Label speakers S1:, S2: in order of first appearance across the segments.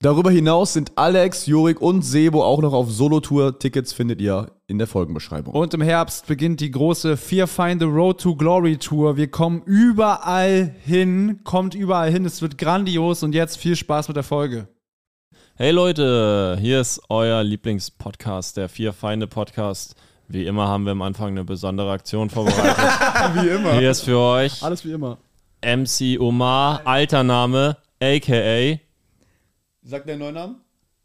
S1: Darüber hinaus sind Alex, Jurik und Sebo auch noch auf Solo-Tour. Tickets findet ihr in der Folgenbeschreibung.
S2: Und im Herbst beginnt die große Fear Find the Road to Glory Tour. Wir kommen überall hin, kommt überall hin. Es wird grandios und jetzt viel Spaß mit der Folge.
S3: Hey Leute, hier ist euer Lieblingspodcast, der Vier Feinde Podcast. Wie immer haben wir am Anfang eine besondere Aktion vorbereitet.
S1: wie immer.
S3: Hier ist für euch
S2: Alles wie immer.
S3: MC Omar, alter Name, aka
S1: Sagt deinen neuen Namen?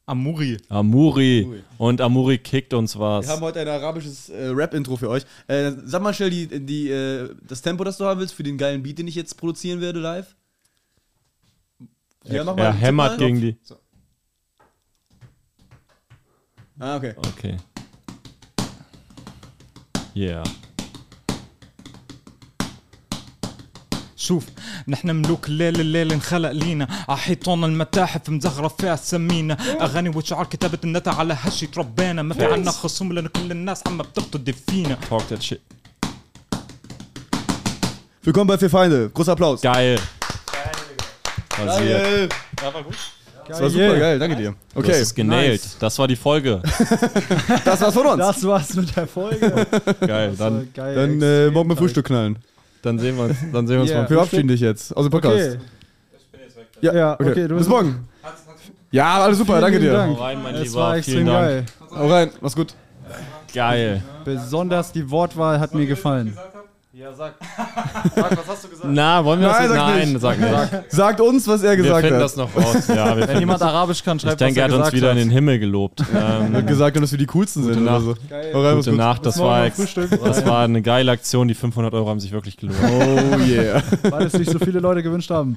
S4: Amuri.
S3: Amuri. Und Amuri kickt uns was.
S1: Wir haben heute ein arabisches äh, Rap-Intro für euch. Äh, sag mal schnell die, die, äh, das Tempo, das du haben willst, für den geilen Beat, den ich jetzt produzieren werde live. Ja, mach
S3: Er
S1: tipp
S3: hämmert gegen die.
S1: Ah, okay.
S3: Okay. Yeah.
S4: شوف نحن ملوك الليل الليل انخلق لينا عحيطون المتاحف مزخرف فيها سمينا اغاني وشعار كتابة النتا على هالشي تربينا ما في عنا خصوم لان كل الناس عم بتقتدي فينا
S3: Talk that shit.
S1: Willkommen bei Vier Feinde. Großer Applaus.
S3: Geil. Passiert.
S1: Geil. Das war super geil, danke dir.
S3: Okay. Das
S1: Okay,
S3: ist genäht. Das war die Folge.
S1: das war's von uns.
S2: Das war's mit der Folge.
S3: Geil. Dann,
S2: Geil,
S1: Dann äh, morgen beim Frühstück knallen.
S3: dann sehen wir uns, dann sehen wir uns
S2: Yeah.
S3: mal.
S1: Wir verabschieden dich jetzt aus dem Podcast.
S2: Okay. Ja, ja, okay. du
S1: Bis morgen. Ja, alles super, danke
S2: Vielen
S1: dir.
S2: Dank.
S3: Hau rein, mein
S2: Das
S3: Lieber.
S2: war
S3: Vielen
S2: extrem
S3: Dank.
S2: geil.
S1: Hau rein, mach's gut.
S3: Geil.
S2: Besonders die Wortwahl hat mir gefallen.
S3: Na, wollen wir
S1: Nein,
S3: das nicht?
S1: sag
S3: Nein,
S1: nicht.
S3: sag nicht.
S1: Sagt uns, was er
S3: Wir
S1: gesagt
S3: finden
S1: hat.
S3: das noch raus. Ja, wir
S2: Wenn
S3: finden
S2: jemand
S3: das.
S2: Arabisch kann,
S3: Ich
S2: schreibt
S3: denke, er
S2: was
S3: hat uns wieder
S2: gesagt
S3: in den Himmel gelobt. Ähm,
S1: gesagt haben, dass wir die coolsten sind
S3: Nacht.
S1: oder so. Hau rein, mach's
S3: gute
S1: gut.
S3: Nacht, das
S2: morgen
S3: war,
S2: beim
S3: ex-
S2: Frühstück.
S3: das war eine geile Aktion. Die 500 Euro haben sich wirklich gelohnt.
S1: Oh yeah.
S2: hat, weil es sich so viele Leute gewünscht haben.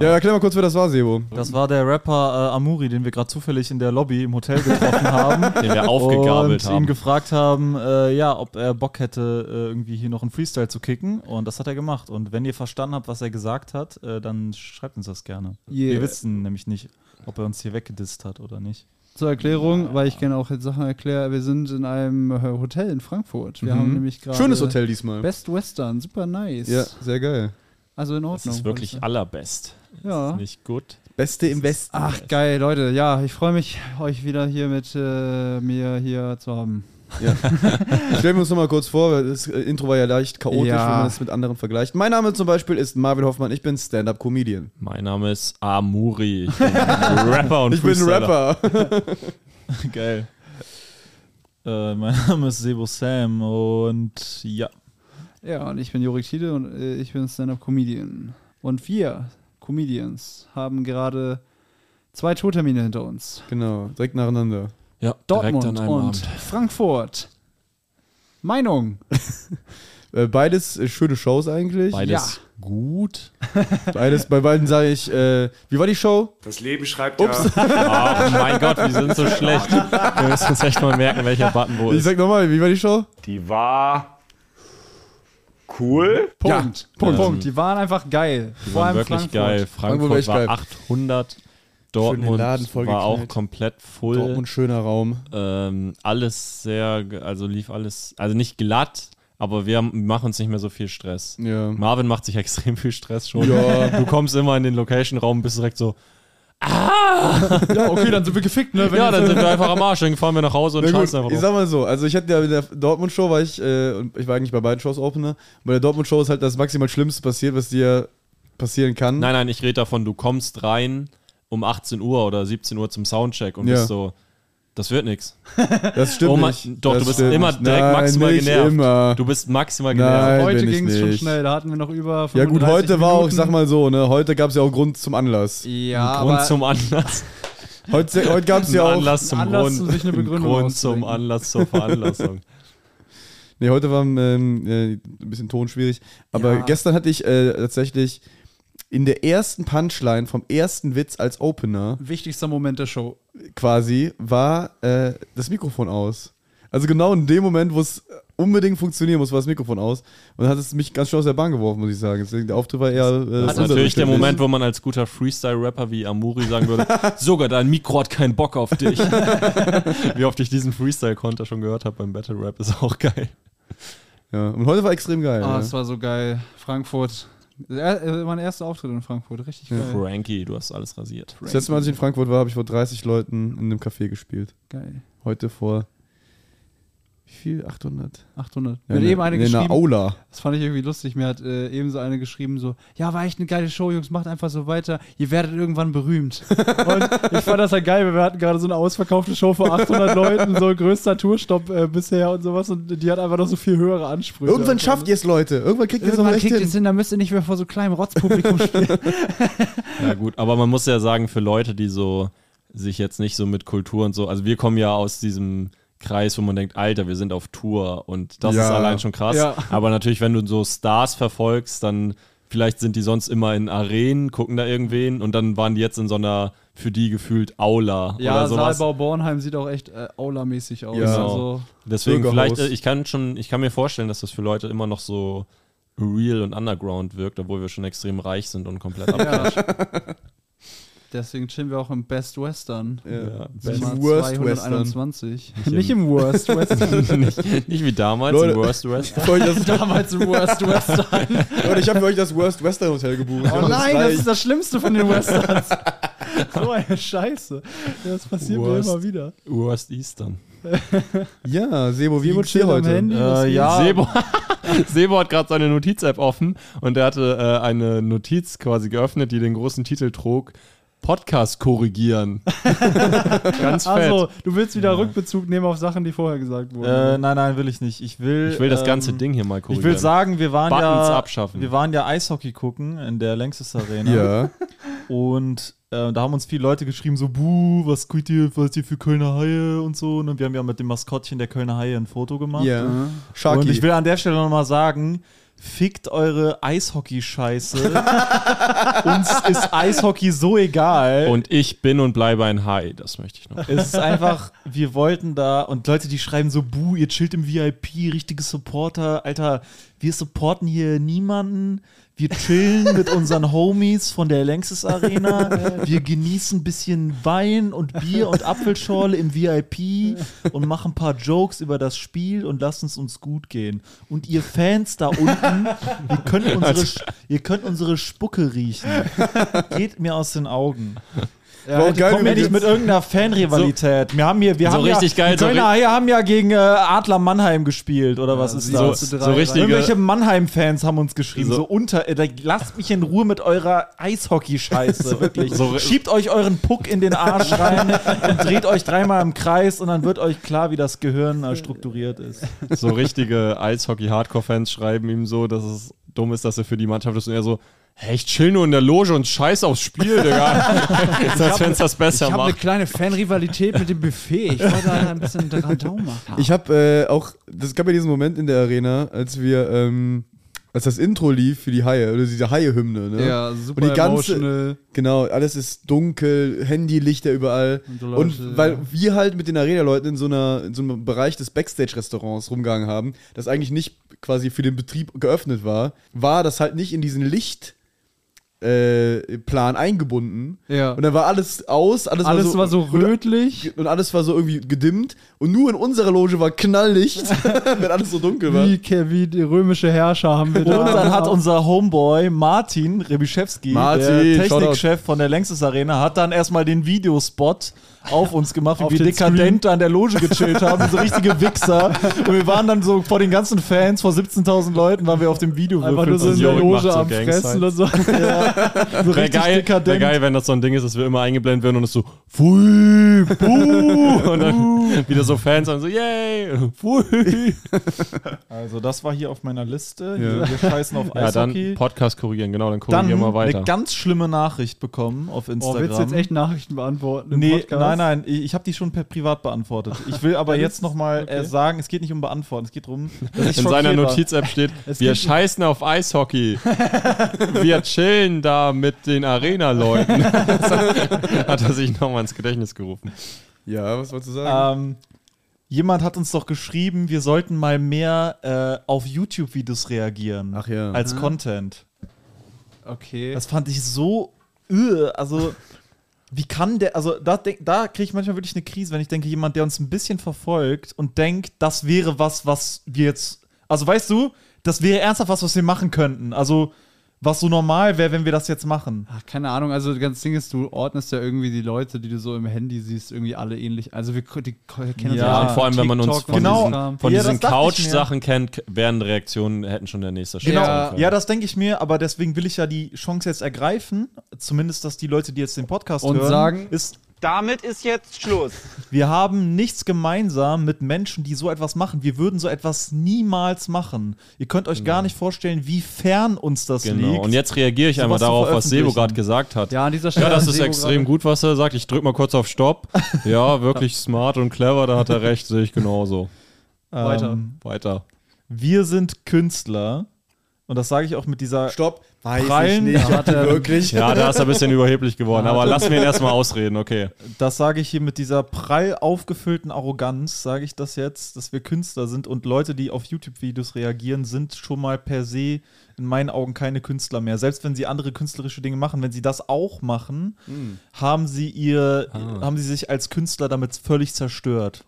S1: Ja, erklär mal kurz, wer das war, Sebo.
S5: Das war der Rapper äh, Amuri, den wir gerade zufällig in der Lobby im Hotel getroffen haben.
S3: Den wir aufgegabelt
S5: und ihn
S3: haben.
S5: gefragt haben, äh, ja, ob er Bock hätte, äh, irgendwie hier noch einen Freestyle zu kicken. Und das hat er gemacht. Und wenn ihr verstanden habt, was er gesagt hat, äh, dann schreibt uns das gerne.
S2: Yeah.
S5: Wir wissen nämlich nicht, ob er uns hier weggedisst hat oder nicht.
S2: Zur Erklärung, weil ich gerne auch jetzt Sachen erkläre. Wir sind in einem äh, Hotel in Frankfurt. Wir
S3: Mhm.
S2: haben nämlich gerade.
S1: Schönes Hotel diesmal.
S2: Best Western, super nice.
S1: Ja, sehr geil.
S2: Also in Ordnung.
S3: Das ist wirklich
S2: würde
S3: allerbest.
S2: ich sagen. ja.
S3: Nicht gut.
S1: Beste im Westen.
S2: Ach geil, Leute. Ja, ich freue mich, euch wieder hier mit äh, mir hier zu haben.
S1: Stellen wir uns nochmal kurz vor, weil das äh, Intro war ja leicht chaotisch,
S2: Ja.
S1: wenn man es mit anderen vergleicht. Mein Name zum Beispiel ist Marvin Hoffmann, ich bin Stand-Up-Comedian.
S3: Mein Name ist Amuri. Ich bin Rapper und
S1: Ich bin
S3: Freestyler.
S1: Rapper.
S3: Geil.
S5: Äh, mein Name ist Sebo Sam und ja.
S2: Ja, und ich bin Jorik Tiede und äh, ich bin Stand-Up-Comedian. Und wir, Comedians, haben gerade zwei Tourtermine hinter uns.
S1: Genau, direkt nacheinander.
S3: Ja, direkt an
S2: Dortmund
S3: einem
S2: und
S3: Abend.
S2: Frankfurt. Meinung.
S1: Äh, Beides äh, schöne Shows eigentlich.
S3: Beides gut.
S1: Beides, bei beiden sage ich, äh, wie war die Show?
S6: Das Leben schreibt
S1: Ups.
S6: ja.
S3: Oh mein Gott, wir sind so schlecht. Wir müssen uns echt mal merken, welcher Button wo
S1: Ich
S3: ist.
S1: sag nochmal, wie war die Show?
S6: Die war cool.
S2: Punkt. Punkt. Punkt. Die waren einfach geil.
S3: Die
S2: Vor
S3: waren
S2: allem
S3: wirklich
S2: Frankfurt.
S3: geil.
S1: Frankfurt war
S3: Frankfurt
S1: echt
S3: war
S1: geil.
S3: 800.
S1: den
S3: Dortmund
S1: Laden voll
S3: war auch
S1: geknallt.
S3: komplett voll.
S1: Dortmund, schöner Raum.
S3: Ähm, alles sehr, ge- also lief alles, also nicht glatt, aber wir haben- machen uns nicht mehr so viel Stress.
S1: Ja.
S3: Marvin macht sich extrem viel Stress schon.
S1: Ja.
S3: Du kommst immer in den Location-Raum, bist direkt so,
S2: Ja, okay, dann sind wir gefickt, ne? Wenn
S3: ja,
S2: ihr
S3: dann sind wir einfach am Arsch, dann fahren wir nach Hause und
S1: Na gut,
S3: scheißen einfach
S1: ich
S3: drauf.
S1: sag mal so, also ich hatte ja in der Dortmund-Show, war ich, äh, und ich war eigentlich bei beiden Shows Opener, und bei der Dortmund-Show ist halt das maximal Schlimmste passiert, was dir passieren kann.
S3: Nein, nein, ich rede davon, du kommst rein um 18 Uhr oder 17 Uhr zum Soundcheck und
S1: Ja.
S3: bist so, das wird nix.
S1: das stimmt
S3: Oh mein-
S1: nicht.
S3: doch,
S1: das
S3: du bist
S1: stimmt
S3: immer
S1: nicht.
S3: direkt
S1: Nein,
S3: maximal
S1: nicht
S3: genervt.
S1: immer.
S3: Du bist maximal genervt.
S1: Nein,
S2: Heute
S1: bin ich
S2: ging es schon
S1: nicht.
S2: schnell, da hatten wir noch über
S1: Ja gut, heute war auch, ich
S2: Minuten.
S1: sag mal so, ne, heute gab es ja auch Grund zum Anlass.
S2: ja,
S3: Grund
S2: aber
S3: zum Anlass.
S1: Heute, heute gab es ja auch,
S3: Anlass zum
S2: Ein Anlass,
S3: Grund.
S2: um sich eine
S3: Ein
S2: Begründung
S3: Grund zum
S2: auszudenken.
S3: Anlass zur Veranlassung.
S1: nee, heute war ähm, äh, ein bisschen Ton schwierig, aber
S2: Ja.
S1: gestern hatte ich äh, tatsächlich in der ersten Punchline vom ersten Witz als Opener
S2: wichtigster Moment der Show.
S1: quasi war äh, das Mikrofon aus. Also genau in dem Moment, wo es unbedingt funktionieren muss, war das Mikrofon aus. Und hat es mich ganz schön aus der Bahn geworfen, muss ich sagen. Deswegen, der Auftritt war eher. Äh,
S3: Das ist natürlich der
S1: unterdurchschnittlich.
S3: Moment, wo man als guter Freestyle-Rapper wie Amuri sagen würde, sogar dein Mikro hat keinen Bock auf dich. wie oft ich diesen Freestyle-Konter schon gehört habe beim Battle Rap, ist auch geil.
S1: Ja. Und heute war extrem geil.
S2: Ah,
S1: ja.
S2: es war so geil. Frankfurt. Er, äh, mein erster Auftritt in Frankfurt, richtig geil.
S3: Frankie, du hast alles rasiert.
S1: Das letzte Mal, als ich in Frankfurt war, habe ich vor 30 Leuten in einem Café gespielt.
S2: geil.
S1: Heute vor. Wie viel? 800?
S2: 800.
S1: Ja, ne,
S2: Mir hat
S1: in-
S2: eben eine
S1: in einer
S2: geschrieben,
S1: Aula.
S2: das fand ich irgendwie lustig. Mir hat äh, eben so eine geschrieben, so, ja, war echt eine geile Show, Jungs, macht einfach so weiter. Ihr werdet irgendwann berühmt. Und ich fand das halt geil, weil wir hatten gerade so eine ausverkaufte Show vor 800 Leuten, so größter Tourstopp äh, bisher und sowas. Und die hat einfach noch so viel höhere Ansprüche. Also,
S1: Irgendwann schafft ihr es, Leute. Irgendwann kriegt ihr es noch
S2: Irgendwann
S1: echt
S2: kriegt
S1: hin.
S2: es hin, dann müsst ihr nicht mehr vor so kleinem Rotzpublikum spielen.
S3: Ja, gut, aber man muss ja sagen, für Leute, die so sich jetzt nicht so mit Kultur und so, also wir kommen ja aus diesem Kreis, wo man denkt, Alter, wir sind auf Tour und das
S1: Ja.
S3: ist allein schon krass.
S2: Ja.
S3: Aber natürlich, wenn du so Stars verfolgst, dann vielleicht sind die sonst immer in Arenen, gucken da irgendwen und dann waren die jetzt in so einer für die gefühlt Aula
S2: ja,
S3: oder sowas. Genau.
S2: Saalbau Bornheim sieht auch echt äh, aulamäßig aus.
S1: Ja.
S2: Also,
S3: Deswegen
S1: Bürgerhaus.
S3: vielleicht, äh, ich kann schon, ich kann mir vorstellen, dass das für Leute immer noch so real und underground wirkt, obwohl wir schon extrem reich sind und komplett ab.
S2: deswegen chillen wir auch im Best Western.
S1: Ja.
S2: Nicht
S1: Im Worst Western.
S2: 221.
S3: im-
S2: Nicht im Worst Western.
S3: nicht, nicht wie damals,
S1: Leute.
S3: im Worst West.
S1: Für euch das-
S2: Damals im Worst Western.
S1: Leute, ich habe für euch das Worst Western Hotel gebucht.
S2: Oh nein, das
S1: reicht.
S2: ist das Schlimmste von den Westerns. So eine Scheiße. Ja, Das passiert
S3: Worst.
S2: mir immer wieder.
S3: Worst Eastern.
S1: Ja, Sebo, wie
S2: Wie
S1: geht's dir
S2: chill am
S1: heute?
S2: Handy?
S3: Äh, ja. Sebo, Sebo hat gerade seine Notiz-App offen und er hatte äh, eine Notiz quasi geöffnet, die den großen Titel trug. Podcast korrigieren. Ganz fett.
S2: Also, du willst wieder Rückbezug nehmen auf Sachen, die vorher gesagt
S5: Äh,
S2: wurden.
S5: nein, nein, will ich nicht. Ich will.
S3: ich will das
S5: ähm,
S3: ganze Ding hier mal
S5: Ich
S3: korrigieren.
S5: will sagen, wir waren
S3: Buttons
S5: ja
S3: abschaffen.
S5: wir waren ja Eishockey gucken in der Lanxess Arena
S1: Ja.
S5: und äh, da haben uns viele Leute geschrieben so buh, was guckt ihr, was ihr für Kölner Haie und so und wir haben ja mit dem Maskottchen der Kölner Haie ein Foto gemacht.
S1: Ja.
S5: Und ich
S1: Sharky.
S5: will an der Stelle nochmal sagen, fickt eure Eishockey-Scheiße. Uns ist Eishockey so egal.
S3: und ich bin und bleibe ein High, das möchte ich noch.
S5: es ist einfach, wir wollten da und Leute, die schreiben so, buh, ihr chillt im VIP, richtige Supporter. Alter, wir supporten hier niemanden. Wir chillen mit unseren Homies von der Lanxess Arena. Wir genießen ein bisschen Wein und Bier und Apfelschorle im VIP und machen ein paar Jokes über das Spiel und lassen es uns gut gehen. Und ihr Fans da unten, ihr könnt unsere, ihr könnt unsere Spucke riechen. Geht mir aus den Augen. Ja,
S1: War auch
S5: Leute,
S1: geil
S5: komm mir
S1: übrigens.
S5: nicht mit irgendeiner Fanrivalität. wir haben hier, wir
S3: so
S5: haben
S3: richtig
S5: ja,
S3: geil,
S5: die
S3: so
S5: Kölner
S3: ri-
S5: Haie haben ja gegen äh, Adler Mannheim gespielt oder was ist
S3: So,
S5: das?
S2: zu
S3: so
S2: drei
S3: richtige,
S5: Irgendwelche Mannheim-Fans haben uns geschrieben,
S3: So-
S5: so, unter, äh, like, lasst mich in Ruhe mit eurer Eishockey-Scheiße, wirklich.
S3: so-
S5: Schiebt euch euren Puck in den Arsch rein und dreht euch dreimal im Kreis und dann wird euch klar, wie das Gehirn äh, strukturiert ist.
S3: so richtige Eishockey-Hardcore-Fans schreiben ihm so, dass es dumm ist, dass er für die Mannschaft ist und er so, hey, ich chill nur in der Loge und scheiß aufs Spiel, Digga. Ist, als wenn es das besser
S2: hab
S3: macht.
S2: kleine Fanrivalität mit dem Buffet. Ich wollte da ein bisschen Radau machen.
S1: Ich habe äh, auch, das gab ja diesen Moment in der Arena, als wir, ähm, als das Intro lief für die Haie, oder diese Haie-Hymne, ne?
S2: Ja, super
S1: Und die ganze-
S2: emotional.
S1: Genau, alles ist dunkel, Handylichter überall.
S2: Und
S1: Und,
S2: so Leute,
S1: weil
S2: ja.
S1: wir halt mit den Arena-Leuten in, so einer- in so einem Bereich des Backstage-Restaurants rumgegangen haben, das eigentlich nicht quasi für den Betrieb geöffnet war, war das halt nicht in diesen Licht. Äh, Plan eingebunden.
S2: Ja.
S1: Und dann war alles aus, alles,
S2: Alles war so rötlich.
S1: und alles war so irgendwie gedimmt und nur in unserer Loge war Knalllicht, wenn alles so dunkel war.
S2: Wie, Ke- wie die römische Herrscher haben wir da.
S5: Und dann hat unser Homeboy Martin Rebischewski,
S1: Martin,
S5: der
S1: Shoutout.
S5: Technikchef von der Längstes Arena, hat dann erstmal den Videospot auf uns gemacht,
S2: Auf
S5: wie wir
S2: den Screen.
S5: dekadent da an der Loge gechillt haben, so richtige Wichser. Und wir waren dann so vor den ganzen Fans, vor 17.000 Leuten, waren wir auf dem Video
S2: Einfach nur so in
S3: Und
S2: der
S3: Jorik
S2: Loge
S3: macht so halt.
S2: am
S3: Gangsigns.
S2: Fressen und so.
S5: so
S3: Wäre
S5: richtig
S3: geil, wär
S5: dekadent.
S3: geil, wenn das so ein Ding ist, dass wir immer eingeblendet werden und es so, Pfui, Buh, und dann wieder so Fans und so, yay, Pfui.
S5: Also das war hier auf meiner Liste.
S1: Ja.
S5: Wir scheißen auf
S3: Ja, dann
S5: Eishockey.
S3: Podcast korrigieren, genau, dann gucken
S5: dann
S3: wir mal weiter.
S5: eine ganz schlimme Nachricht bekommen auf Instagram.
S2: Oh, willst du jetzt echt Nachrichten beantworten? im
S5: Nee,
S2: Podcast?
S5: nein, nein, ich, ich habe die schon per privat beantwortet. Ich will aber jetzt nochmal äh, sagen, es geht nicht um beantworten, es geht darum, dass ich
S3: In
S5: schockiert
S3: seiner
S5: war.
S3: Notiz-App steht, wir
S2: gibt-
S3: scheißen auf Eishockey. wir chillen da mit den Arena-Leuten. Hat er sich nochmal ins Gedächtnis gerufen.
S2: Ah.
S1: Ja, was wolltest du sagen?
S5: Ähm, jemand hat uns doch geschrieben, wir sollten mal mehr äh, auf YouTube-Videos reagieren.
S1: Ach ja.
S5: Als Content.
S2: Okay.
S5: Das fand ich so. Äh, also, wie kann der. Also, da, denk- da kriege ich manchmal wirklich eine Krise, wenn ich denke, jemand, der uns ein bisschen verfolgt und denkt, das wäre was, was wir jetzt. Also, weißt du, das wäre ernsthaft was, was wir machen könnten. Also, was so normal wäre, wenn wir das jetzt machen.
S2: Ach, keine Ahnung, also das ganze Ding ist, du ordnest ja irgendwie die Leute, die du so im Handy siehst, irgendwie alle ähnlich. Also wir ko- die ko- kennen
S5: Ja,
S2: alle
S5: und
S3: vor allem, wenn man uns
S2: TikTok
S3: von
S2: und
S5: diesen-
S2: so Kram.
S3: Von
S5: Ja,
S3: diesen
S5: das dachte ich mir.
S3: Couch-Sachen kennt, wären Reaktionen, hätten schon der nächste Schritt
S5: Genau,
S3: sein
S5: ja,
S3: können.
S5: das denke ich mir, aber deswegen will ich ja die Chance jetzt ergreifen, zumindest, dass die Leute, die jetzt den Podcast
S2: Und
S5: hören,
S2: sagen-
S5: ist,
S6: Damit ist jetzt Schluss.
S5: wir haben nichts gemeinsam mit Menschen, die so etwas machen. Wir würden so etwas niemals machen. Ihr könnt euch gar nicht vorstellen, wie fern uns das
S3: genau.
S5: liegt.
S3: Und jetzt reagiere ich
S5: sowas
S3: einmal
S5: zu
S3: darauf, was Sebo
S5: veröffentlichen.
S3: gerade gesagt hat.
S2: Ja, an dieser Stelle.
S3: Ja, das
S2: an
S3: ist
S2: Sebo
S3: extrem
S2: gerade.
S3: gut, was er sagt. Ich drück mal kurz auf Stopp. Ja, wirklich smart und clever, da hat er recht, sehe ich genauso.
S2: Weiter.
S3: Ähm, Weiter.
S5: wir sind Künstler und das sage ich auch mit dieser.
S1: Stopp. Weiß
S5: Prallen-
S1: ich nicht, ob die wirklich.
S3: Ja, da ist er ein bisschen überheblich geworden, aber lassen wir ihn erstmal ausreden, okay.
S5: Das sage ich hier mit dieser prall aufgefüllten Arroganz, sage ich das jetzt, dass wir Künstler sind und Leute, die auf YouTube-Videos reagieren, sind schon mal per se in meinen Augen keine Künstler mehr. Selbst wenn sie andere künstlerische Dinge machen, wenn sie das auch machen,
S3: Hm.
S5: haben sie ihr,
S3: Ah.
S5: haben sie sich als Künstler damit völlig zerstört.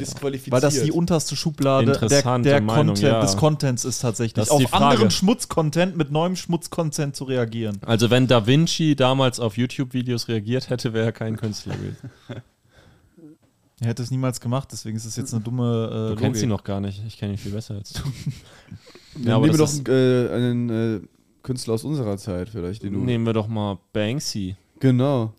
S1: Disqualifiziert.
S5: Weil das die unterste Schublade der,
S3: Interessante
S5: der
S3: Meinung,
S5: Content,
S3: ja.
S5: des Contents ist tatsächlich.
S3: Das ist die
S5: auf
S3: Frage.
S5: anderen Schmutzcontent mit neuem Schmutzcontent zu reagieren.
S3: Also wenn Da Vinci damals auf YouTube-Videos reagiert hätte, wäre er kein Künstler gewesen.
S5: Er hätte es niemals gemacht, deswegen ist es jetzt eine dumme äh,
S3: Du kennst ihn
S5: Logik.
S3: noch gar nicht. Ich kenne ihn viel besser als du.
S1: Dann
S3: aber
S1: nehmen wir
S3: das
S1: doch äh, einen äh, Künstler aus unserer Zeit vielleicht, den du.
S3: Nehmen wir doch mal Banksy.
S1: Genau.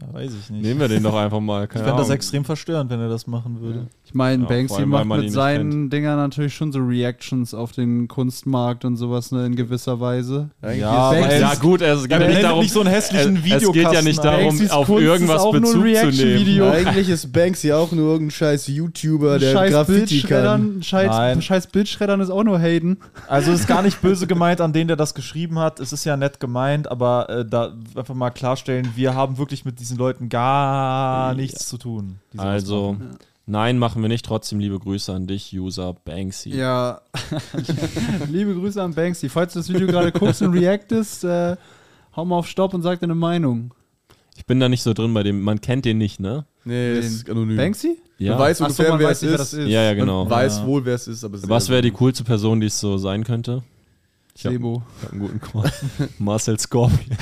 S5: Ja, weiß ich nicht.
S3: Nehmen wir den doch einfach mal.
S5: Ich
S3: Keine
S5: fände das
S3: Ahnung.
S5: extrem verstörend, wenn er das machen würde.
S2: Ich meine,
S3: Ja, vor
S2: Banksy
S3: allem, weil
S2: macht
S3: man ihn
S2: mit
S3: nicht
S2: seinen Dingern natürlich schon so Reactions auf den Kunstmarkt und sowas, ne, in gewisser Weise.
S1: Eigentlich
S5: Ja,
S1: ist-
S5: aber
S3: ja
S5: Banksy-
S3: gut, es geht
S5: Banksy
S3: nicht
S5: hat
S3: darum,
S5: nicht Äh, so einen hässlichen
S3: es, es geht ja
S5: Videokasten
S3: nicht
S5: an.
S3: darum,
S2: Banksys
S3: auf
S2: Kunst ist
S3: irgendwas
S2: auch nur ein
S3: Bezug zu nehmen.
S2: Reaction-Video.
S1: Eigentlich ist Banksy auch nur irgendein scheiß YouTuber, der
S2: scheiß
S1: Graffiti kann.
S2: Bildschreddern, scheiß,
S5: Nein.
S2: scheiß Bildschreddern ist auch nur Hayden.
S5: Also ist gar nicht böse gemeint an den, der das geschrieben hat. Es ist ja nett gemeint, aber äh, da einfach mal klarstellen, wir haben wirklich mit diesen Leuten gar nichts zu tun. die sowas
S3: Also, nein, machen wir nicht. Trotzdem liebe Grüße an dich, User Banksy.
S2: Ja. Liebe Grüße an Banksy. Falls du das Video gerade guckst und reactest, äh, hau mal auf Stopp und sag deine Meinung.
S3: Ich bin da nicht so drin bei dem. Man kennt den nicht, ne?
S1: Nee, das ist
S3: Hm.
S1: anonym.
S2: Banksy?
S3: Ja.
S1: Man weiß
S2: Ach so,
S1: ungefähr,
S2: man
S1: wer
S2: weiß
S1: es
S2: nicht, wer
S1: ist.
S2: das ist.
S3: Ja, ja, genau.
S1: Man weiß
S5: Ja.
S1: wohl, wer es ist, aber es ist
S3: Was
S1: sehr-
S3: wäre die coolste Person, die es so sein könnte? Ich hab-
S2: Sebo.
S3: Ich hab einen guten Call. Marcel Scorpion.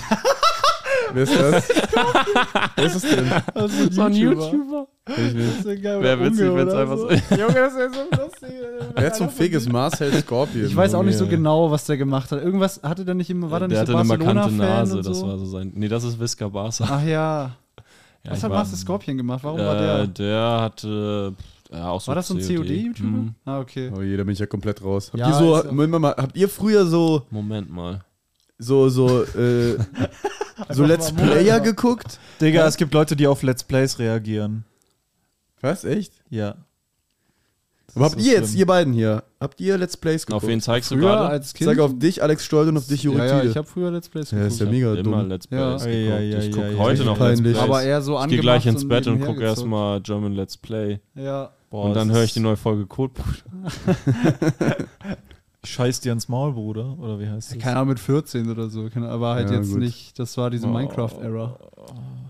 S1: Wer ist das? wer ist das denn?
S2: Also so ein YouTuber.
S1: Kenn ich nicht.
S3: Wär witzig, wenn's einfach so-
S2: Junge, das wäre so lustig.
S1: Wer zum Fick ist Marcel Scorpion?
S2: Ich weiß auch nicht so
S3: Junge.
S2: genau, was der gemacht hat. Irgendwas hatte der nicht immer, war der
S3: der
S2: nicht
S3: hatte
S2: so
S3: eine markante
S2: Barcelona-Fan
S3: Nase,
S2: und so?
S3: das war so sein. Nee, das ist Visca Barca.
S2: Ach ja.
S3: Ja,
S2: Was
S3: ich
S2: hat
S3: war-
S2: Master Scorpion gemacht? Warum
S3: äh,
S2: war der?
S3: Der hatte. pff, Ja, auch so
S2: War das so ein COD-YouTuber?
S3: Hm,
S2: Ah, okay.
S1: Oh je, da bin ich ja komplett raus. Habt
S2: Ja,
S1: ihr so,
S2: ist ja-
S1: Moment mal, habt ihr früher so,
S3: Moment mal.
S1: so, so, äh, so Let's Player geguckt?
S5: macht. Digga, es gibt Leute, die auf Let's Plays reagieren.
S1: Was, echt?
S5: Ja. Das
S1: Aber
S5: ist
S1: habt
S5: so
S1: ihr jetzt,
S5: schlimm.
S1: ihr beiden hier, habt ihr Let's Plays geguckt?
S3: Auf wen zeigst du
S2: Früher
S3: gerade?
S2: als
S1: Ich
S2: Kind.
S1: zeige auf dich, Alex Stoll, und auf dich, Juri
S2: ja, ja,
S1: Thiele.
S2: ich habe früher Let's Plays
S1: Ja, ist
S2: geguckt.
S1: ja mega
S3: immer
S1: dumm.
S3: Let's
S2: Ja.
S3: Plays
S5: Ei, ei,
S3: geguckt.
S5: ei,
S3: ich gucke
S5: ei,
S3: heute
S5: ei,
S3: noch
S1: ei.
S3: Let's
S1: Peinlich.
S3: Plays.
S2: aber eher so
S3: ich
S2: angemacht.
S3: gehe gleich ins
S2: und
S3: Bett und
S2: nebenher
S3: gucke
S2: gezockt.
S3: erstmal German Let's Play.
S2: Ja.
S5: Boah,
S3: und dann
S5: das
S3: höre
S5: ist-
S3: ich die neue Folge Kotbrüder.
S5: Scheiß dir ins Maul, Bruder. Oder wie heißt das?
S2: Keine Ahnung, mit 14 oder so. Keine, Ahnung, war halt
S1: Ja,
S2: jetzt
S1: gut.
S2: nicht, das war diese Minecraft-Era.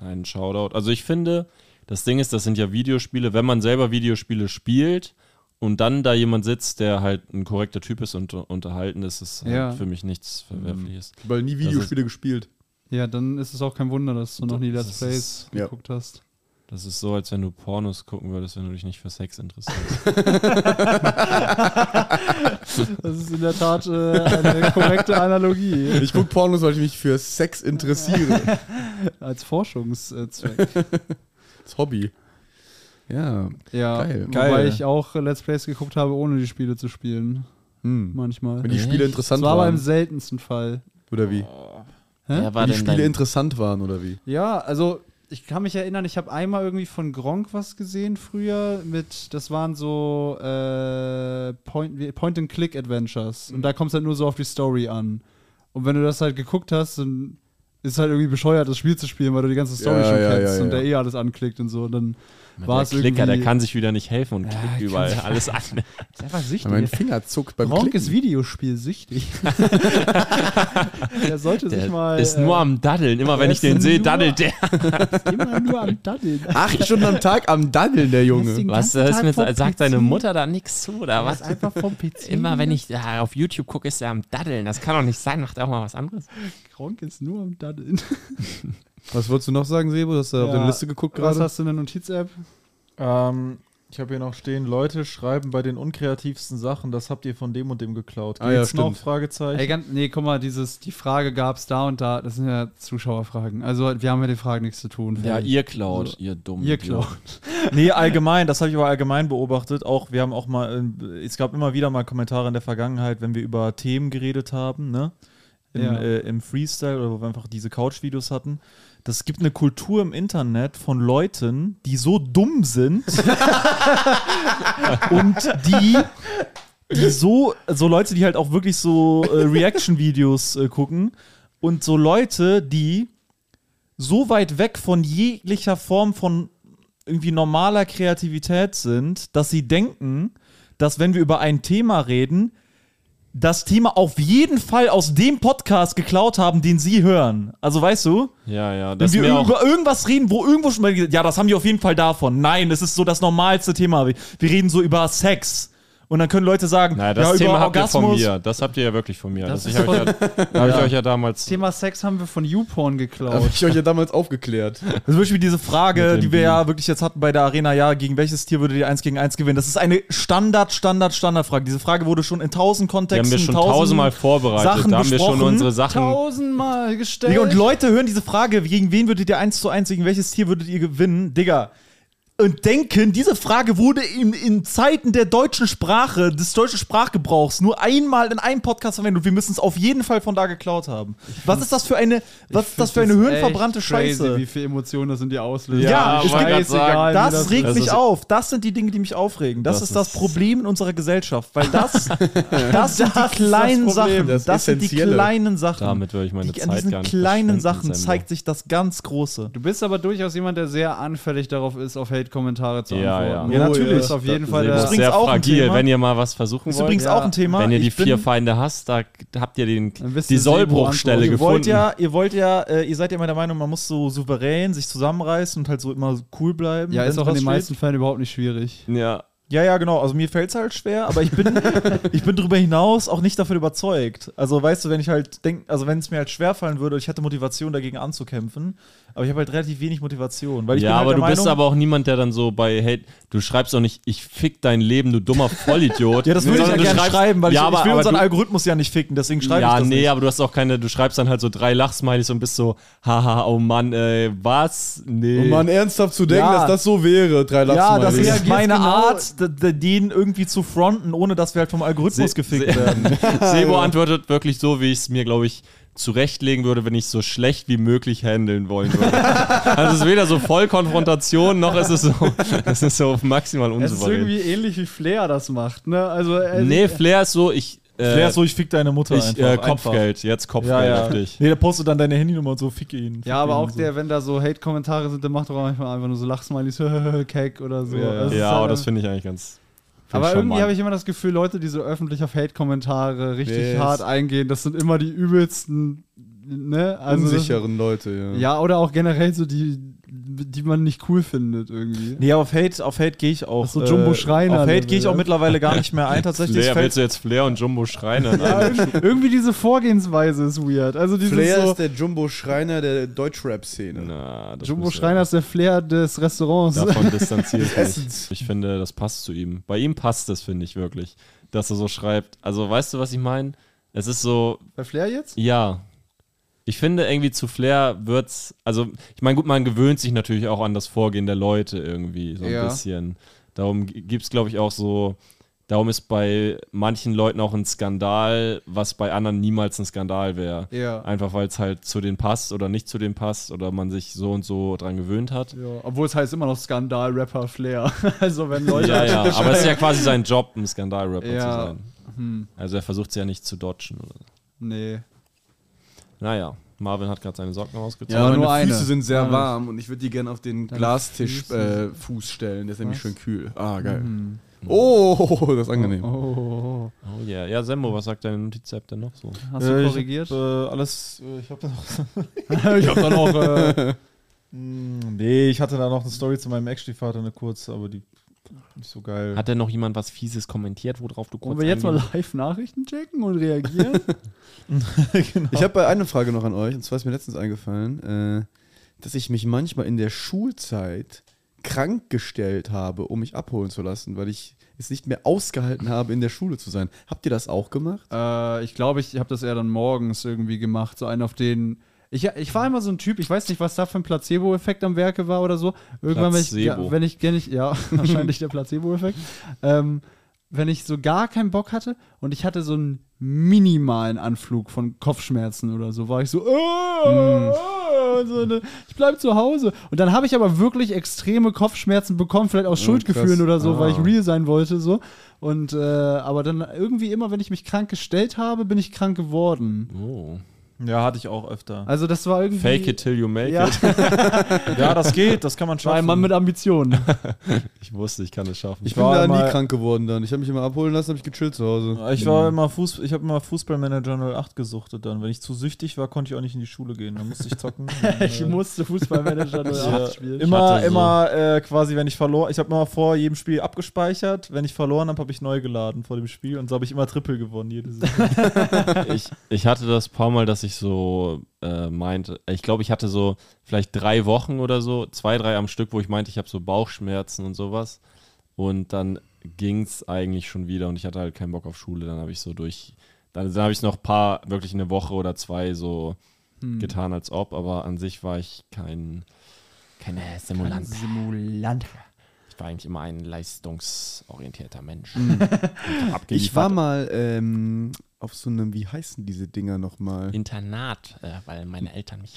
S3: Ein Shoutout. Also ich finde, das Ding ist, das sind ja Videospiele, wenn man selber Videospiele spielt und dann da jemand sitzt, der halt ein korrekter Typ ist und unterhalten ist, ist halt
S2: Ja.
S3: für mich nichts Verwerfliches.
S1: Weil nie Videospiele gespielt.
S2: Ja, dann ist es auch kein Wunder, dass du noch nie Let's
S3: Das
S2: Plays
S3: ist-
S1: ja.
S2: geguckt hast.
S3: Das ist so, als wenn du Pornos gucken würdest, wenn du dich nicht für Sex interessierst.
S2: Das ist in der Tat äh, eine korrekte Analogie
S1: Ich guck Pornos, weil ich mich für Sex interessiere.
S2: als Forschungszweck.
S1: Das Hobby. Ja.
S2: Ja,
S1: Geil.
S2: wobei
S5: Geil.
S2: ich auch äh, Let's Plays geguckt habe, ohne die Spiele zu spielen.
S1: Hm.
S2: Manchmal.
S1: Wenn die Spiele
S2: Das
S1: interessant
S2: war aber im
S1: waren.
S2: seltensten Fall.
S1: Oder wie?
S2: Hä?
S3: Wer
S1: Wenn die
S3: denn
S1: Spiele
S3: dein-
S1: interessant waren, oder wie?
S2: Ja, also ich kann mich erinnern, ich habe einmal irgendwie von Gronk was gesehen früher mit, das waren so äh, Point- wie- Point-and-Click-Adventures. Und da kommt es halt nur so auf die Story an. Und wenn du das halt geguckt hast, dann ist es halt irgendwie bescheuert, das Spiel zu spielen, weil du die ganze Story
S1: Ja,
S2: schon
S1: ja,
S2: kennst
S1: ja,
S2: und
S1: ja.
S2: der eh alles anklickt und so. Und dann war
S3: Der
S2: es
S3: Klicker,
S2: irgendwie
S3: der kann sich wieder nicht helfen und klickt
S2: kann
S3: überall
S2: sich-
S3: alles an.
S2: ist einfach
S1: Weil mein
S2: süchtig.
S1: Finger zuckt beim
S2: Gronk
S1: Klicken.
S2: ist Videospielsüchtig. der sollte sich
S3: Der
S2: mal äh,
S3: ist nur am Daddeln. Immer wenn
S2: er
S3: ich
S2: ist
S3: den sehe,
S2: nur-
S3: daddelt der.
S2: äh, immer nur am Daddeln.
S1: Acht Stunden am Tag am Daddeln, der Junge.
S3: Was
S2: ganzen
S3: ist
S2: Tag
S3: mit,
S2: vom
S3: sagt seine
S2: PC?
S3: Mutter da nichts zu oder
S2: Er ist
S3: was?
S2: einfach vom PC.
S3: Immer wenn ich da auf YouTube gucke, ist er am Daddeln. Das kann doch nicht sein, macht er auch mal was anderes.
S2: Gronk ist nur um am Daddeln.
S1: Was wolltest du noch sagen, Sebo? Du hast da auf
S2: Ja.
S1: deine Liste geguckt
S2: Was
S1: gerade.
S2: hast du in der Notiz-App?
S5: Ähm, ich habe hier noch stehen, Leute schreiben bei den unkreativsten Sachen, das habt ihr von dem und dem geklaut.
S1: Ah, ja,
S5: Geht's noch?
S1: stimmt.
S5: Fragezeichen.
S2: Ey, ganz, nee, guck mal, dieses, die Frage gab es da und da. Das sind ja Zuschauerfragen. Also, wir haben mit den Fragen nichts zu tun. Fertig.
S3: klaut, ihr dumm.
S2: Ihr klaut.
S5: Nee, allgemein, das habe ich aber allgemein beobachtet. Auch wir haben auch mal, äh, es gab immer wieder mal Kommentare in der Vergangenheit, wenn wir über Themen geredet haben, ne? Im,
S2: Ja.
S5: äh, Im Freestyle oder wo wir einfach diese Couch-Videos hatten. Das gibt eine Kultur im Internet von Leuten, die so dumm sind und die, die so, so Leute, die halt auch wirklich so äh, Reaction-Videos äh, gucken und so Leute, die so weit weg von jeglicher Form von irgendwie normaler Kreativität sind, dass sie denken, dass wenn wir über ein Thema reden, das Thema auf jeden Fall aus dem Podcast geklaut haben, den sie hören. Also weißt du,
S3: Ja, ja.
S5: wenn
S3: Das ist
S5: wir
S3: mir auch,
S5: über irgendwas reden, wo irgendwo schon mal gesagt, ja, das haben die auf jeden Fall davon. Nein, das ist so das normalste Thema. Wir wir reden so über Sex. Und dann können Leute sagen,
S3: naja, das
S5: ja,
S3: Thema
S5: über
S3: habt ihr von
S5: Orgasmus.
S3: mir. Das habt ihr ja wirklich von mir.
S2: Das
S3: Das,
S2: ist
S3: ich habe ich, ja, da hab ich euch ja damals.
S2: Thema Sex haben wir von YouPorn
S1: Habe
S5: Also,
S2: geklaut.
S1: ich euch ja damals aufgeklärt.
S5: Das ist wirklich diese Frage,
S3: Mit dem
S5: die wir
S3: Bienen.
S5: ja wirklich jetzt hatten bei der Arena, ja, gegen welches Tier würdet ihr eins gegen eins gewinnen? Das ist eine Standard, Standard, Standardfrage. Diese Frage wurde schon in tausend
S3: die
S5: Kontexten,
S3: haben wir schon tausendmal vorbereitet.
S5: Sachen
S3: da haben wir schon
S5: besprochen.
S3: unsere Sachen.
S2: Tausendmal gestellt.
S5: Digga, und Leute hören diese Frage, gegen wen würdet ihr eins zu eins, gegen welches Tier würdet ihr gewinnen? Digga. Und denken, diese Frage wurde in, in Zeiten der deutschen Sprache, des deutschen Sprachgebrauchs, nur einmal in einem Podcast verwendet und wir müssen es auf jeden Fall von da geklaut haben. Was ist das für eine, was ist das für eine hirnverbrannte Scheiße?
S2: wie viel Emotionen das in dir auslöst.
S5: Ja,
S3: ich wollte gerade sagen,
S5: Das, regt
S3: das
S5: mich
S3: ist-
S5: auf. Das sind die Dinge, die mich aufregen. Das,
S3: Das
S5: ist das
S3: ist-
S5: Problem in unserer Gesellschaft, weil das, das sind die kleinen
S1: Problem,
S5: Sachen.
S1: das
S5: Das, sind die
S1: Essentielle.
S5: kleinen Sachen.
S3: Damit würde ich meine
S5: die, an
S3: Zeit
S5: diesen
S3: gar nicht
S5: kleinen
S3: verschwenden,
S5: Sachen
S3: Sender.
S5: zeigt sich das ganz Große.
S2: Du bist aber durchaus jemand, der sehr anfällig darauf ist, auf Hate-Kommentare zu
S3: Ja,
S2: antworten.
S5: ja. Ja,
S2: Oh,
S5: natürlich.
S2: Ist auf jeden Fall
S3: Sebo ist
S5: übrigens
S2: der,
S3: sehr
S5: auch ein
S3: fragil.
S5: Thema.
S3: Wenn ihr mal was versuchen
S5: Ist
S3: wollt.
S5: übrigens
S2: ja.
S5: auch ein Thema.
S3: Wenn ihr die
S5: Ich bin-
S3: vier Feinde hasst, da habt ihr den,
S2: Dann wisst
S3: die
S2: ihr, Sebo
S3: Sollbruchstelle
S2: antwortet.
S5: Ihr
S3: gefunden.
S5: wollt ja, ihr wollt ja, äh, ihr seid ja immer der Meinung, man muss so souverän sich zusammenreißen und halt so immer cool bleiben.
S2: ja,
S5: wenn
S2: ist auch in
S5: was
S2: den
S5: steht.
S2: meisten Fällen überhaupt nicht schwierig.
S3: ja.
S5: Ja, ja, genau. Also mir fällt es halt schwer, aber ich bin, ich bin darüber hinaus auch nicht davon überzeugt. Also weißt du, wenn ich halt denke, also wenn es mir halt schwer fallen würde, ich hätte Motivation dagegen anzukämpfen, aber ich habe halt relativ wenig Motivation, weil ich
S3: ja,
S5: bin halt
S3: aber
S5: der
S3: du bist
S5: Meinung,
S3: aber auch niemand, der dann so bei Hate, du schreibst doch nicht, ich fick dein Leben, du dummer Vollidiot.
S5: ja, das würde ich ja
S3: Sondern du
S5: gerne
S3: schreibst-
S5: schreiben, weil
S3: ja,
S5: ich,
S3: aber,
S5: ich will
S3: aber
S5: unseren
S3: du,
S5: Algorithmus ja nicht ficken, deswegen schreibe
S3: Ja,
S5: ich das
S3: nee,
S5: nicht.
S3: aber du hast auch keine, du schreibst dann halt so drei Lachsmilies und bist so, haha, oh Mann, ey, was? Nee.
S1: Um
S2: Oh
S1: man ernsthaft zu denken,
S5: Ja.
S1: dass das so wäre,
S5: Ja,
S1: drei
S5: das
S1: Lachsmilies.
S5: ist
S2: reagierst
S5: meine
S2: genau-
S5: Art, d- d- den irgendwie zu fronten, ohne dass wir halt vom Algorithmus
S3: Se-
S5: gefickt
S3: se-
S5: werden.
S3: Sebo antwortet wirklich so, wie ich es mir, glaube ich, zurechtlegen würde, wenn ich so schlecht wie möglich handeln wollen würde. also es ist weder so voll Konfrontation, noch ist es so, es ist so maximal
S2: Es ist
S3: unsouverän.
S2: irgendwie ähnlich, wie Flair das macht. Ne? Also, äh,
S3: Nee, Flair ist so, ich, äh,
S5: Klär so, ich fick deine Mutter
S3: ich
S5: einfach.
S3: äh,
S5: einfach.
S3: Kopfgeld, jetzt Kopfgeld
S5: Ja, ja.
S3: auf dich.
S5: Nee, der postet dann deine Handynummer und so, fick ihn. Fick
S2: ja, aber
S5: ihn
S2: auch
S5: und so.
S2: der, wenn da so Hate-Kommentare sind, der macht doch auch manchmal einfach nur so Lachsmilies, Keck oder so.
S5: Ja, ja.
S2: Also es ist
S3: Ja,
S2: halt
S3: aber das
S2: einfach-
S3: finde ich eigentlich ganz. find
S2: Aber
S3: ich
S2: irgendwie
S3: charmant.
S2: habe ich immer das Gefühl, Leute, die so öffentlich auf Hate-Kommentare richtig
S1: Yes.
S2: hart eingehen, das sind immer die übelsten, ne? Also das-
S1: Unsicheren Leute, ja.
S2: Ja, oder auch generell so die, die man nicht cool findet irgendwie.
S5: Nee, auf Hate, auf Hate gehe ich auch. äh,
S2: Ach so, Jumbo Schreiner.
S5: Auf Hate gehe ich auch
S2: Ja.
S5: mittlerweile gar nicht mehr ein. Tatsächlich es
S3: Flair,
S5: fällt
S3: willst du jetzt Flair und Jumbo Schreiner?
S2: Ja, irgendwie, irgendwie diese Vorgehensweise ist weird. Also dieses
S1: Flair
S2: so,
S1: ist der Jumbo Schreiner der Deutschrap-Szene.
S3: Na, das
S2: Jumbo
S3: muss ja-
S2: Schreiner ist der Flair des Restaurants.
S3: Davon distanziert
S1: Essens.
S3: mich. Ich finde, das passt zu ihm. Bei ihm passt das, finde ich wirklich, dass er so schreibt. Also, weißt du, was ich meine? Es ist so,
S2: Bei Flair jetzt?
S3: ja. Ich finde irgendwie zu Flair wird's, also ich meine, gut, man gewöhnt sich natürlich auch an das Vorgehen der Leute irgendwie so ein
S2: Ja.
S3: bisschen. Darum g- gibt's glaube ich auch so, darum ist bei manchen Leuten auch ein Skandal, was bei anderen niemals ein Skandal wäre.
S2: Ja.
S3: Einfach weil es halt zu denen passt oder nicht zu denen passt oder man sich so und so dran gewöhnt hat.
S2: Ja, obwohl es heißt immer noch Skandal-Rapper Flair. Also wenn Leute.
S3: Ja, ja, aber es ist ja quasi sein Job, ein Skandalrapper
S2: Ja. Hm.
S3: zu sein. Also er versucht es ja nicht zu dodgen. Oder so.
S2: Nee.
S3: Naja, Marvin hat gerade seine Socken ausgezogen.
S1: Ja, aber
S2: nur
S1: nur meine
S2: eine.
S1: Füße sind sehr
S2: Ja.
S1: warm und ich würde die gerne auf den
S2: Deine
S1: Glastisch
S2: Füße.
S1: äh, Fuß stellen. Der ist nämlich
S2: Was? Mhm.
S1: schön kühl. Ah, geil.
S2: Hm.
S1: Oh, das ist angenehm.
S2: Oh,
S3: Oh yeah. Ja, Semmo, was sagt deine Notiz-App denn noch so?
S2: hast du korrigiert?
S5: Ich hab, äh, alles, äh, ich hab da noch.
S2: ich hab dann auch. Äh,
S5: Hm, nee, ich hatte da noch eine Story zu meinem Ex-Stiefvater, eine kurze, aber die nicht so geil.
S3: Hat denn noch jemand was Fieses kommentiert, worauf du äh, kurz
S2: wollen wir jetzt mal
S3: eingehen-
S2: live Nachrichten checken und reagieren?
S5: genau.
S1: Ich habe eine Frage noch an euch, und zwar ist mir letztens eingefallen, äh, dass ich mich manchmal in der Schulzeit krank gestellt habe, um mich abholen zu lassen, weil ich es nicht mehr ausgehalten habe, in der Schule zu sein. Habt ihr das auch gemacht?
S2: Äh, ich glaube, ich habe das eher dann morgens irgendwie gemacht. So einen auf den. Ich, ich war immer so ein Typ, ich weiß nicht, was da für ein Placebo-Effekt am Werke war oder so. Irgendwann, wenn ich,
S3: Placebo.
S2: ja, wenn ich, wenn ich, ja, wahrscheinlich der Placebo-Effekt. Ähm, wenn ich so gar keinen Bock hatte und ich hatte so einen minimalen Anflug von Kopfschmerzen oder so, war ich so, äh, äh, so eine, ich bleib zu Hause. Und dann habe ich aber wirklich extreme Kopfschmerzen bekommen, vielleicht aus Schuldgefühlen
S1: krass.
S2: oder so, weil ich
S1: Ah.
S2: real sein wollte so. Und äh, aber dann irgendwie immer, wenn ich mich krank gestellt habe, bin ich krank geworden.
S3: Oh.
S5: ja, hatte ich auch öfter.
S2: Also das war irgendwie
S3: Fake it till you make
S2: Ja.
S3: it.
S5: ja, das geht, das kann man
S2: war
S5: schaffen.
S2: ein Mann mit Ambitionen.
S3: Ich wusste, ich kann es schaffen.
S1: Ich
S5: bin
S1: bin
S5: da
S1: da
S5: mal-
S1: nie krank geworden dann. Ich habe mich immer abholen lassen, habe ich gechillt zu Hause.
S5: ich war
S2: Mhm.
S5: immer Fuß, ich habe immer Fußballmanager 08 gesuchtet dann. Wenn ich zu süchtig war, konnte ich auch nicht in die Schule gehen. Dann äh, musste ich zocken. Und,
S2: ich musste Fußballmanager
S5: Ja,
S2: 08 spielen.
S5: immer,
S3: hatte so-
S5: immer äh, quasi, wenn ich verloren, ich habe immer vor jedem Spiel abgespeichert. Wenn ich verloren habe, habe ich neu geladen vor dem Spiel und so habe ich immer Triple gewonnen. Jedes
S3: ich, ich hatte das paar Mal, dass ich so äh, meinte, ich glaube, ich hatte so vielleicht drei Wochen oder so, zwei, drei am Stück, wo ich meinte, ich habe so Bauchschmerzen und sowas. Und dann ging es eigentlich schon wieder und ich hatte halt keinen Bock auf Schule. Dann habe ich so durch, dann, dann habe ich noch ein paar, wirklich eine Woche oder zwei so
S1: Hm.
S3: getan, als ob, aber an sich war ich kein, kein äh, Simulant.
S2: Simulant.
S3: Ich war eigentlich immer ein leistungsorientierter Mensch.
S1: Hm. Ich war mal ähm, auf so einem, wie heißen diese Dinger nochmal?
S3: Internat, äh, weil meine Eltern mich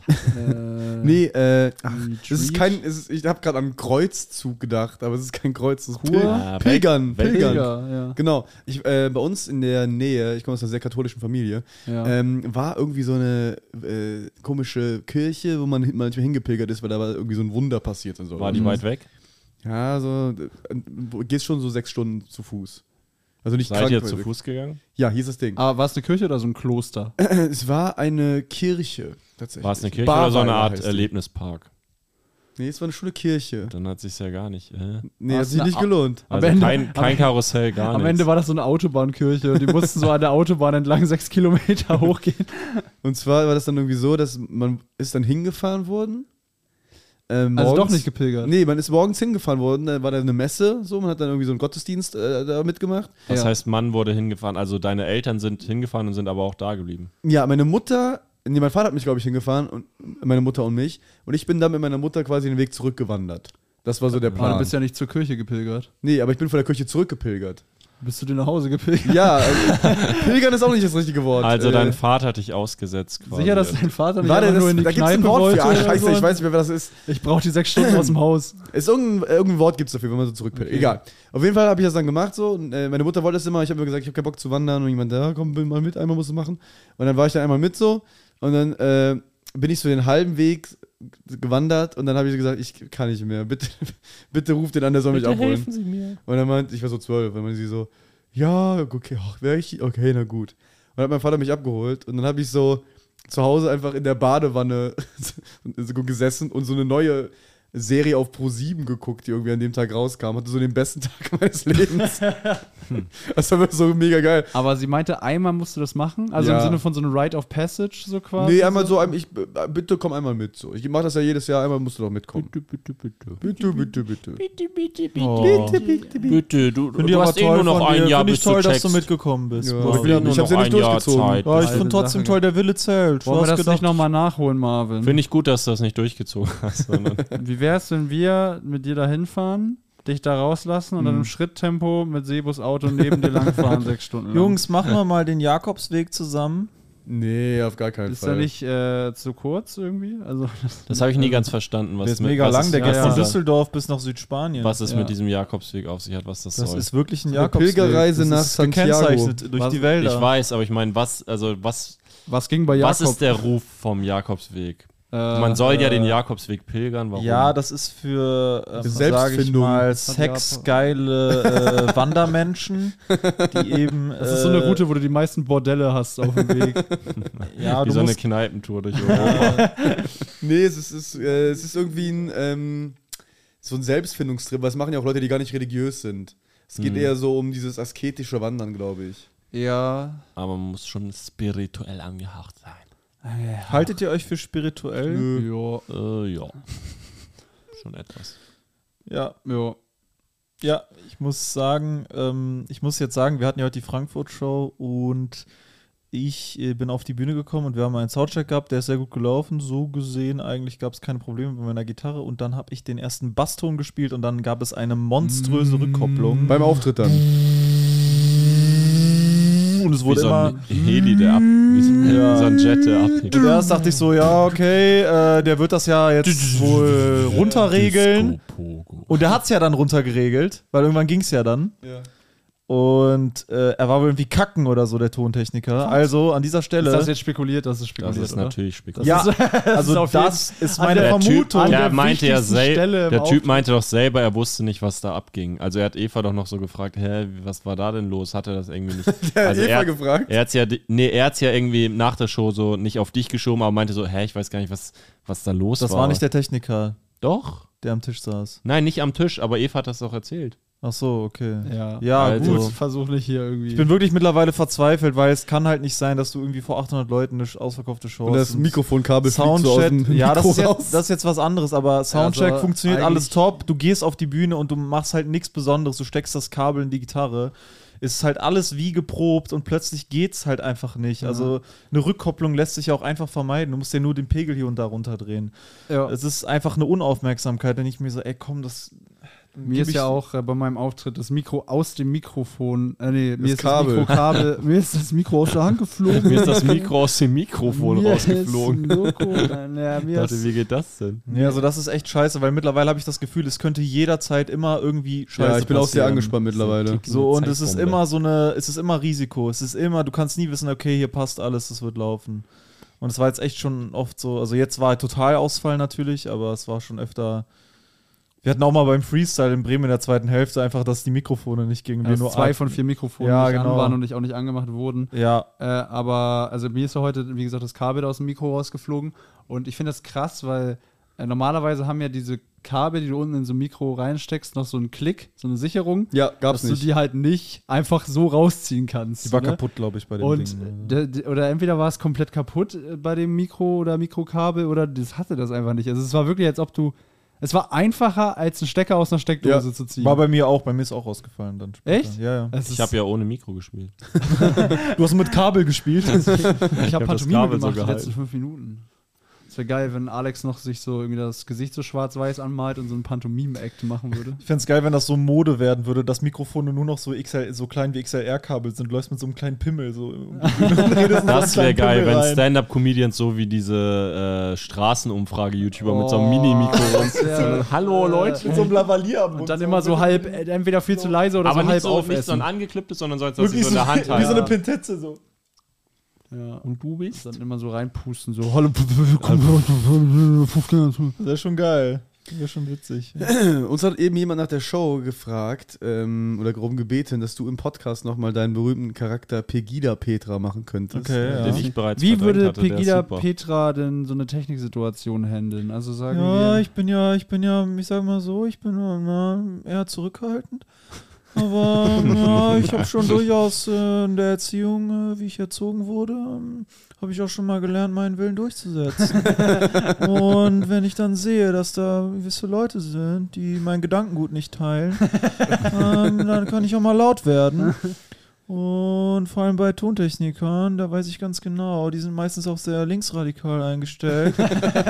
S1: Nee, äh, ach,
S2: Retreat?
S1: es ist kein, es ist, ich habe gerade an Kreuzzug gedacht, aber es ist kein Kreuz, es ist Pil
S3: Ah, Wel-
S1: Pilgern,
S3: Wel-
S1: Pilgern.
S2: Ja,
S1: Genau. Ich, äh, bei uns in der Nähe, ich komme aus einer sehr katholischen Familie,
S2: ja.
S1: ähm, war irgendwie so eine äh, komische Kirche, wo man hin- manchmal hingepilgert ist, weil da war irgendwie so ein Wunder passiert und so.
S3: War die
S1: Mhm.
S3: weit weg?
S1: Ja, so äh, du gehst schon so sechs Stunden zu Fuß. Also nicht
S3: Seid ihr zu
S1: krankmäßig.
S3: Fuß Ah. gegangen?
S1: Ja, hier ist das Ding.
S2: Aber war es Ah, eine Kirche oder so ein Kloster?
S1: Es war eine Kirche tatsächlich.
S3: War es eine Kirche
S1: Barweiler
S3: oder so eine Art
S1: heißt die.
S3: Erlebnispark?
S1: Nee, es war eine schöne Kirche.
S3: Dann hat sich's ja gar nicht. Äh?
S1: Nee,
S2: War
S1: hat
S2: es
S1: sich
S2: eine
S1: nicht
S2: Au-
S1: gelohnt.
S3: Also
S2: Ende-
S3: kein, kein
S2: am-
S3: Karussell, gar
S2: Am
S3: nichts.
S2: Ende war das so eine Autobahnkirche. Die mussten so an der Autobahn entlang sechs Kilometer hochgehen.
S1: Und zwar war das dann irgendwie so, dass man ist dann hingefahren worden. äh,
S2: Also doch
S1: morgens-
S2: nicht gepilgert.
S1: Nee, man ist morgens hingefahren worden, dann war da eine Messe, so, man hat dann irgendwie so einen Gottesdienst äh, da mitgemacht.
S3: das
S2: Ja.
S3: heißt, Mann wurde hingefahren. Also deine Eltern sind hingefahren und sind aber auch da geblieben.
S1: Ja, meine Mutter, nee, mein Vater hat mich, glaube ich, hingefahren, und meine Mutter und mich. Und ich bin dann mit meiner Mutter quasi den Weg zurückgewandert. Das war so der
S2: Aber du
S1: Plan.
S2: bist ja nicht zur Kirche gepilgert.
S1: nee, aber ich bin von der Kirche zurückgepilgert.
S2: Bist du dir nach Hause gepilgert?
S1: Ja, also, Pilgern ist auch nicht das richtige Wort.
S3: Also
S1: Äh,
S3: dein Vater hat dich ausgesetzt quasi.
S2: Sicher, dass dein Vater nicht
S1: War der
S2: einfach
S1: das,
S2: nur in die
S1: da gibt's
S2: Kneipe
S1: ein Wort
S2: wollte?
S1: für. Ah,
S2: oder
S1: scheiße,
S2: so?
S1: ich weiß nicht mehr, wer das ist.
S2: Ich brauche die sechs Stunden aus dem Haus.
S1: Ist irgendein, irgendein Wort gibt es dafür, wenn man so zurückpillt. Egal. Auf jeden Fall habe ich das dann gemacht so. Und, äh, meine Mutter wollte das immer. Ich habe mir gesagt, ich habe keinen Bock zu wandern. Und jemand, da komm, bin mal mit, einmal musst du machen. Und dann war ich dann einmal mit so. Und dann äh, bin ich so den halben Weg gewandert. Und dann habe ich gesagt, ich kann nicht mehr. Bitte, bitte ruft den an, der soll mich abholen.
S3: Sie mir.
S1: Und dann meint, ich war so zwölf, dann meinte sie so, ja, okay, ach, wär ich, okay, na gut. Und dann hat mein Vater mich abgeholt und dann habe ich so zu Hause einfach in der Badewanne so gesessen und so eine neue Serie auf Pro 7 geguckt, die irgendwie an dem Tag rauskam. Hatte so den besten Tag meines Lebens. Das war so mega geil.
S2: Aber sie meinte, einmal musst du das machen. Also im
S1: Ja.
S2: Sinne von so einem Rite of Passage so quasi.
S1: Nee, einmal so, einem, ich, bitte komm einmal mit. So. Ich mache das ja jedes Jahr, einmal musst du doch mitkommen. Bitte, bitte, bitte. Bitte, bitte, bitte.
S5: Oh.
S3: Bitte, du,
S5: Finde ich
S3: du
S5: aber
S3: hast eh
S5: toll
S3: nur
S5: von
S3: noch ein
S5: dir.
S3: Jahr
S5: Finde
S3: bis
S5: ich toll,
S3: zu
S5: dass
S3: Text.
S5: du mitgekommen bist.
S1: Ja.
S5: Bro.
S1: Ich bin- hab's
S3: nur noch
S1: ja
S3: ein
S1: nicht
S3: Jahr
S1: durchgezogen.
S3: Zeit.
S5: Ja, ich
S1: Alte
S5: finde trotzdem
S1: Sache.
S5: toll, der Wille zählt. Du
S2: Wollen wir
S5: hast
S2: das
S5: gedacht,
S2: nicht nochmal nachholen, Marvin?
S3: Finde ich gut, dass du das nicht durchgezogen hast. Sondern
S2: Wie wär's, wenn wir mit dir da hinfahren, dich da rauslassen und dann im Schritttempo mit Sebus Auto neben dir langfahren, sechs Stunden lang?
S5: Jungs, machen wir mal den Jakobsweg zusammen.
S1: Nee, auf gar keinen
S2: Ist
S1: Fall.
S2: er nicht äh, zu kurz irgendwie? Also,
S3: Das habe ich nie ganz verstanden, was
S5: Der ist
S3: mit-
S5: mega
S3: was
S5: lang, der
S3: ist,
S5: geht
S2: ja,
S5: von
S2: ja.
S5: Düsseldorf bis nach Südspanien.
S3: was es
S2: Ja.
S3: mit diesem Jakobsweg auf sich hat, was das,
S5: das
S3: soll.
S5: ist wirklich ein
S1: Eine
S5: Jakobsweg.
S1: Pilgerreise
S5: das
S1: nach
S5: ist
S1: Santiago.
S5: gekennzeichnet durch
S2: Was-
S5: die Wälder.
S3: ich weiß, aber ich meine, was, also was,
S2: was ging bei Jakob? Äh,
S3: was ist der Ruf vom Jakobsweg? Man soll ja den Jakobsweg pilgern, warum?
S5: Ja, das ist für, ähm, sage ich
S1: Selbstfindung.
S5: mal, sexgeile äh, Wandermenschen, die eben. äh,
S2: Das ist so eine Route, wo du die meisten Bordelle hast auf dem Weg.
S5: Ja,
S3: Wie
S5: du
S3: so eine
S5: musst,
S3: Kneipentour durch Europa.
S1: Nee, es ist, es ist, äh, es ist irgendwie ein, ähm, so ein Selbstfindungstrip. Was machen ja auch Leute, die gar nicht religiös sind. Es geht eher so um dieses asketische Wandern, glaube ich.
S2: ja.
S3: aber man muss schon spirituell angehaucht sein.
S5: haltet ihr euch für spirituell?
S2: Ja.
S3: Äh, ja. schon etwas.
S5: Ja,
S2: Ja.
S5: ja. Ich muss sagen, ähm, ich muss jetzt sagen, wir hatten ja heute die Frankfurt-Show und ich äh, bin auf die Bühne gekommen und wir haben einen Soundcheck gehabt, der ist sehr gut gelaufen. So gesehen, eigentlich gab es keine Probleme bei meiner Gitarre und dann habe ich den ersten Basston gespielt und dann gab es eine monströse Rückkopplung.
S1: Beim Auftritt dann.
S5: Und es
S3: Wie
S5: wurde
S3: so
S5: immer.
S3: ein Heli, der ab, wie so,
S5: Ja.
S3: wie so ein Jet, der abhebt.
S5: Zuerst dachte ich so, ja, okay, äh, der wird das ja jetzt wohl runterregeln.
S3: Disco Pogo.
S5: Und der hat's ja dann runtergeregelt, weil irgendwann ging's ja dann.
S1: Ja.
S5: Und äh, er war wohl irgendwie kacken oder so, der Tontechniker. Also an dieser Stelle.
S2: Ist das jetzt spekuliert? Das ist
S3: Das
S2: spekuliert.
S3: ist
S2: oder?
S3: natürlich spekuliert.
S5: ja,
S2: ist
S5: also
S2: auf
S5: das ist meine
S3: der
S5: Vermutung.
S3: Typ,
S2: an
S3: der,
S2: der
S3: meinte ja
S2: wichtigsten
S3: sel-
S2: Stelle im
S3: der Typ
S2: Auftritt.
S3: meinte doch selber, er wusste nicht, was da abging. Also er hat Eva doch noch so gefragt, hä, was war da denn los? Hat er das irgendwie nicht?
S1: Der hat
S3: also
S1: Eva
S3: er,
S1: gefragt?
S3: Er hat's ja, di- nee, er hat's ja irgendwie nach der Show so nicht auf dich geschoben, aber meinte so, hä, ich weiß gar nicht, was, was da los
S5: Das
S3: war.
S5: war nicht der Techniker,
S3: Doch.
S5: der am Tisch saß.
S3: Nein, nicht am Tisch, aber Eva hat das doch erzählt.
S5: Ach so, okay.
S2: Ja.
S5: Ja,
S3: Also-
S5: gut.
S2: Versuch nicht hier irgendwie.
S5: Ich bin wirklich mittlerweile verzweifelt, weil es kann halt nicht sein, dass du irgendwie vor 800 Leuten eine ausverkaufte Show
S1: Und das
S5: hast. und-
S1: Mikrofonkabel fliegt so aus
S5: Soundcheck,
S1: dem Mikro
S5: ja, das ist,
S1: raus.
S5: jetzt, das ist jetzt was anderes, aber Soundcheck
S2: Also,
S5: funktioniert alles
S2: eigentlich-
S5: top. Du gehst auf die Bühne und du machst halt nichts Besonderes. Du steckst das Kabel in die Gitarre. Es ist halt alles wie geprobt und plötzlich geht's halt einfach nicht. Also eine Rückkopplung lässt sich ja auch einfach vermeiden. Du musst ja nur den Pegel hier und da runterdrehen.
S2: ja.
S5: Es ist einfach eine Unaufmerksamkeit, wenn ich mir so, ey, komm, das.
S2: Mir
S5: gib
S2: ist
S5: ich-
S2: ja auch äh, bei meinem Auftritt das Mikro aus dem Mikrofon, äh, nee, mir
S1: Das
S2: ist
S1: Kabel.
S2: das Mikrokabel, mir ist das Mikro aus der Hand geflogen.
S3: Mir ist das Mikro aus dem Mikrofon
S2: Mir ist
S3: rausgeflogen.
S2: Loco, äh, naja,
S3: Ich
S2: mir
S3: dachte,
S2: ist,
S3: wie geht das denn?
S5: Nee, also das ist echt scheiße, weil mittlerweile habe ich das Gefühl, es könnte jederzeit immer irgendwie scheiße
S1: ja, ich bin auch sehr
S5: passieren.
S1: angespannt mittlerweile.
S5: So, und es ist
S3: Zeitbombe.
S5: immer so eine, es ist immer Risiko. Es ist immer, du kannst nie wissen, okay, hier passt alles, es wird laufen. Und es war jetzt echt schon oft so, also jetzt war total Ausfall natürlich, aber es war schon öfter. Wir hatten auch mal beim Freestyle in Bremen in der zweiten Hälfte einfach, dass die Mikrofone nicht gingen.
S2: dass
S5: wir nur
S2: Also zwei
S5: atmen.
S2: von vier Mikrofonen
S5: Ja,
S2: nicht
S5: genau.
S2: an waren und ich auch nicht angemacht wurden.
S5: Ja,
S2: Äh, aber also mir ist ja heute, wie gesagt, das Kabel aus dem Mikro rausgeflogen. Und ich finde das krass, weil äh, normalerweise haben ja diese Kabel, die du unten in so ein Mikro reinsteckst, noch so einen Klick, so eine Sicherung,
S1: Ja,
S2: dass
S1: gab's
S2: du
S1: nicht.
S2: die halt nicht einfach so rausziehen kannst.
S5: die war
S2: ne?
S5: kaputt, glaube ich, bei dem
S2: Und
S5: Ding.
S2: d- d- oder entweder war es komplett kaputt äh, bei dem Mikro oder Mikrokabel oder das hatte das einfach nicht. Also es war wirklich, als ob du. Es war einfacher, als einen Stecker aus einer Steckdose
S1: Ja,
S2: zu ziehen.
S5: War bei mir auch, bei mir ist auch ausgefallen dann. später.
S2: äh, Echt?
S5: Ja, ja.
S2: es
S3: Ich habe ja ohne Mikro gespielt.
S5: Du hast mit Kabel gespielt.
S2: ich hab
S3: hab
S2: Pantomime
S3: das Kabel so
S2: gemacht die
S3: gehalten.
S2: letzten fünf Minuten. Es wäre geil, wenn Alex noch sich so irgendwie das Gesicht so schwarz-weiß anmalt und so einen Pantomime-Act machen würde.
S5: Ich fände es geil, wenn das so Mode werden würde, dass Mikrofone nur noch so, XL, so klein wie XLR-Kabel sind. Du läufst mit so einem kleinen Pimmel so. um die Bühne und redest in so einen
S3: Das wäre
S5: kleinen
S3: geil,
S5: Pimmel
S3: wenn
S5: rein.
S3: Stand-Up-Comedians so wie diese äh, Straßenumfrage-YouTuber mit so
S2: Oh.
S3: einem Mini-Mikro rum.
S2: das wär-
S3: Hallo Leute.
S5: Mit so einem Lavalier am
S2: Und
S5: Mund,
S2: dann immer so halb, äh, entweder viel zu leise oder
S3: Aber
S2: so
S3: nicht
S2: halb
S3: so, nicht so
S2: aufessen.
S3: ein angeklipptes, sondern so, als ob sie
S5: Wirklich
S3: so in der Hand
S5: wie so eine
S3: halten.
S5: Pintetze so.
S2: ja. Und
S3: Und du bist?
S2: dann immer so reinpusten, so hallo, komm,
S5: Das wäre schon geil. Das wäre schon witzig.
S1: Uns hat eben jemand nach der Show gefragt ähm, oder darum gebeten, dass du im Podcast nochmal deinen berühmten Charakter Pegida Petra machen könntest.
S5: Okay,
S3: Den ich bereits
S2: Wie
S3: verdrängt
S2: würde
S3: hatte, der ist
S2: Pegida ne,
S3: super.
S2: Petra denn so eine Techniksituation handeln? Also sagen
S5: Ja,
S2: wir.
S5: ich bin ja, ich bin ja, ich sag mal so, ich bin ja, na, eher zurückhaltend. Aber ja, ich habe schon durchaus äh, in der Erziehung, äh, wie ich erzogen wurde, ähm, habe ich auch schon mal gelernt, meinen Willen durchzusetzen. Und wenn ich dann sehe, dass da gewisse Leute sind, die mein Gedankengut nicht teilen, ähm, dann kann ich auch mal laut werden. Und vor allem bei Tontechnikern, da weiß ich ganz genau, die sind meistens auch sehr linksradikal eingestellt.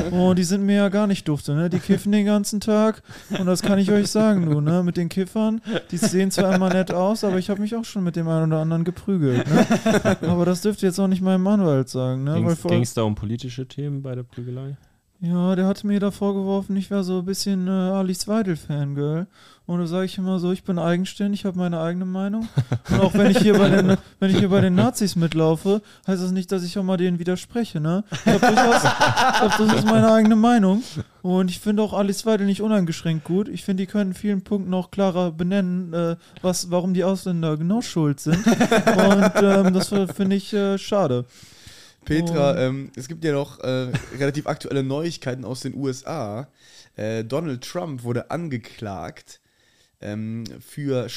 S5: und die sind mir ja gar nicht dufte, ne? Die kiffen den ganzen Tag. Und das kann ich euch sagen, du, ne? Mit den Kiffern, die sehen zwar immer nett aus, aber ich habe mich auch schon mit dem einen oder anderen geprügelt, ne? Aber das dürft ihr jetzt auch nicht meinem Anwalt sagen, ne? Weil
S3: Ging's,
S5: vor,
S3: ging's da um politische Themen bei der Prügelei?
S5: ja, der hat mir da vorgeworfen, ich wäre so ein bisschen äh, Alice Weidel-Fan, gell? Und da sage ich immer so, ich bin eigenständig, habe meine eigene Meinung. Und auch wenn ich, hier bei den, wenn ich hier bei den Nazis mitlaufe, heißt das nicht, dass ich auch mal denen widerspreche, ne? Ich hab durchaus, ich hab, das ist meine eigene Meinung. Und ich finde auch Alice Weidel nicht uneingeschränkt gut. Ich finde, die können in vielen Punkten auch klarer benennen, äh, was, warum die Ausländer genau schuld sind. Und ähm, das finde ich äh, schade.
S1: Petra, ähm, es gibt ja noch äh, relativ aktuelle Neuigkeiten aus den USA. Äh, Donald Trump wurde angeklagt ähm, für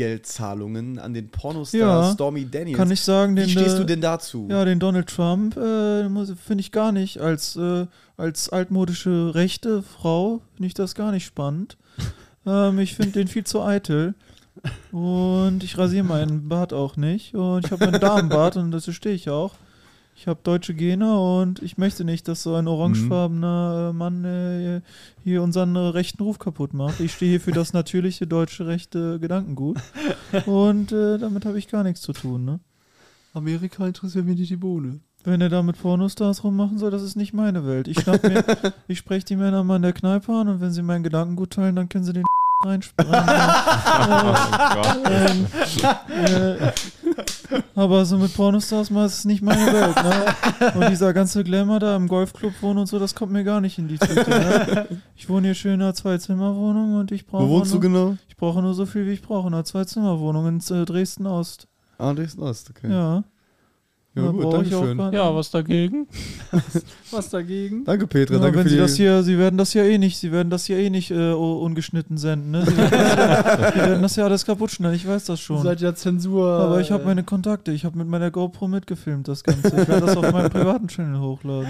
S1: Schweigegeldzahlungen an den Pornostar
S5: Ja,
S1: Stormy Daniels.
S5: Kann ich sagen,
S1: Wie
S5: den,
S1: stehst du
S5: äh,
S1: denn dazu?
S5: Ja, den Donald Trump äh, muss- finde ich gar nicht. Als, äh, als altmodische rechte Frau finde ich das gar nicht spannend. ähm, ich finde den viel zu eitel. Und ich rasiere meinen Bart auch nicht. Und ich habe meinen Damenbart und dazu stehe ich auch. Ich habe deutsche Gene und ich möchte nicht, dass so ein orangefarbener äh, Mann äh, hier unseren äh, rechten Ruf kaputt macht. Ich stehe hier für das natürliche deutsche rechte Gedankengut. Und äh, damit habe ich gar nichts zu tun. Ne?
S2: Amerika interessiert mich nicht die Bohne.
S5: Wenn er damit Pornostars rummachen soll, das ist nicht meine Welt. Ich schnapp mir, ich spreche die Männer mal in der Kneipe an und wenn sie meinen Gedanken gut teilen, dann können sie den reinspringen. ähm, äh, aber so mit Pornostars mal ist es nicht meine Welt. Ne? Und dieser ganze Glamour da im Golfclub wohnen und so, das kommt mir gar nicht in die Tüte. Ne? Ich wohne hier schön in einer Zwei-Zimmer-Wohnung und ich brauche
S1: Wo wohnst du
S5: nur,
S1: genau?
S5: ich brauche nur so viel, wie ich brauche. In einer Zwei-Zimmer-Wohnung in äh, Dresden-Ost.
S1: Ah, Dresden-Ost, okay.
S5: Ja.
S1: Ja,
S5: Da
S1: gut,
S5: brauche ich auch
S1: Dankeschön.
S5: gar-
S2: Ja, was dagegen? was dagegen?
S1: Danke, Petra,
S5: Ja,
S1: danke
S5: Genau, wenn
S1: für
S5: sie
S1: die...
S5: das hier, sie werden das ja eh nicht, sie werden das ja eh nicht äh, u- ungeschnitten senden, ne? Sie werden das, sie werden das ja alles kaputt schneiden, ich weiß das schon.
S2: Seid ja Zensur.
S5: Aber ich habe
S2: äh,
S5: meine Kontakte, ich habe mit meiner GoPro mitgefilmt das Ganze. Ich werde das auf meinem privaten Channel hochladen.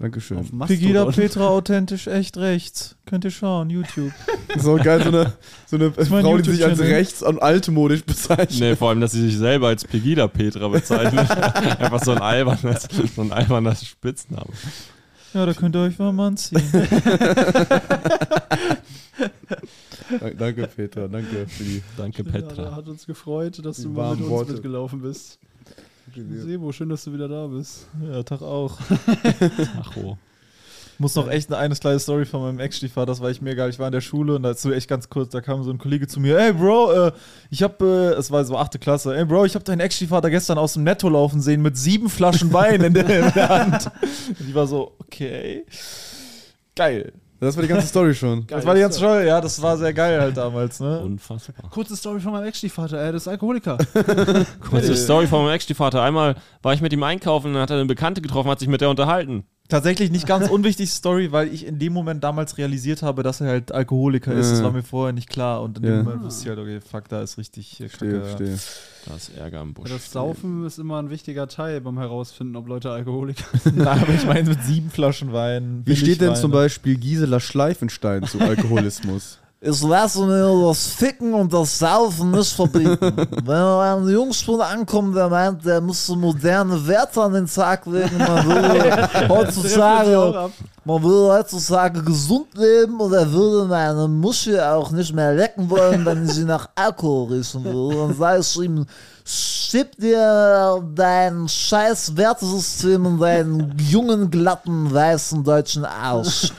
S1: Dankeschön.
S2: äh, auf Mastodon.
S5: Pegida Petra authentisch echt rechts. Könnt ihr schauen, YouTube.
S1: So geil, so eine, so eine
S5: mein
S1: Frau, die sich als
S5: YouTube-Channel.
S1: rechts und altmodisch bezeichnet.
S3: Nee, vor allem, dass sie sich selber als Pegida Petra bezeichnet. Einfach so ein alberner, so ein alberner Spitzname.
S5: Ja, da könnt ihr euch mal anziehen.
S1: Dank- Danke, Petra, danke für die.
S3: Danke,
S2: Ja,
S3: Petra.
S2: hat uns gefreut, dass
S1: Die
S2: du mit
S1: warmen
S2: uns
S1: Worte.
S2: mitgelaufen bist. Sebo, schön, dass du wieder da bist.
S5: Ja, Tag auch.
S3: Ach, oh.
S5: muss noch echt eine, eine kleine Story von meinem Ex-Stiefvater, das war ich mir geil. Ich war in der Schule und dazu echt ganz kurz, da kam so ein Kollege zu mir, ey Bro, äh, ich hab, äh, es war so achte Klasse, ey Bro, ich hab deinen Ex-Stiefvater gestern aus dem Netto laufen sehen mit sieben Flaschen Wein in der, in der Hand. Und ich war so, okay, geil.
S1: Das war die ganze Story schon.
S5: Das war die ganze Show, ja, das war sehr geil halt damals, ne?
S3: Unfassbar.
S2: Kurze Story von meinem Ex-Stiefvater, er ist Alkoholiker.
S3: Kurze Story von meinem Ex-Stiefvater. Einmal war ich mit ihm einkaufen und dann hat er eine Bekannte getroffen, hat sich mit der unterhalten.
S5: Tatsächlich nicht ganz unwichtig Story, weil ich in dem Moment damals realisiert habe, dass er halt Alkoholiker ist. Das
S1: Ja.
S5: war mir vorher nicht klar und in
S1: Ja.
S5: dem Moment wusste ich halt, okay, fuck, da ist richtig äh,
S1: Verstehe,
S5: Kacke.
S1: verstehe.
S3: Da ist Ärger im Busch.
S2: Das Saufen ist immer ein wichtiger Teil beim Herausfinden, ob Leute Alkoholiker
S5: Na, aber ich meine mit sieben Flaschen Wein.
S1: Wie steht denn
S5: Billigweine.
S1: zum Beispiel Gisela Schleifenstein zu Alkoholismus?
S7: Ich lasse mir das Ficken und das Saufen nicht verbieten. Wenn ein Jungspund ankommt, der meint, der müsste moderne Werte an den Tag legen, man würde heutzutage, man würde heutzutage gesund leben und er würde meine Muschel auch nicht mehr lecken wollen, wenn sie nach Alkohol riechen würde. Dann sage ich ihm, schieb dir dein scheiß Wertesystem in deinen jungen, glatten, weißen deutschen Arsch.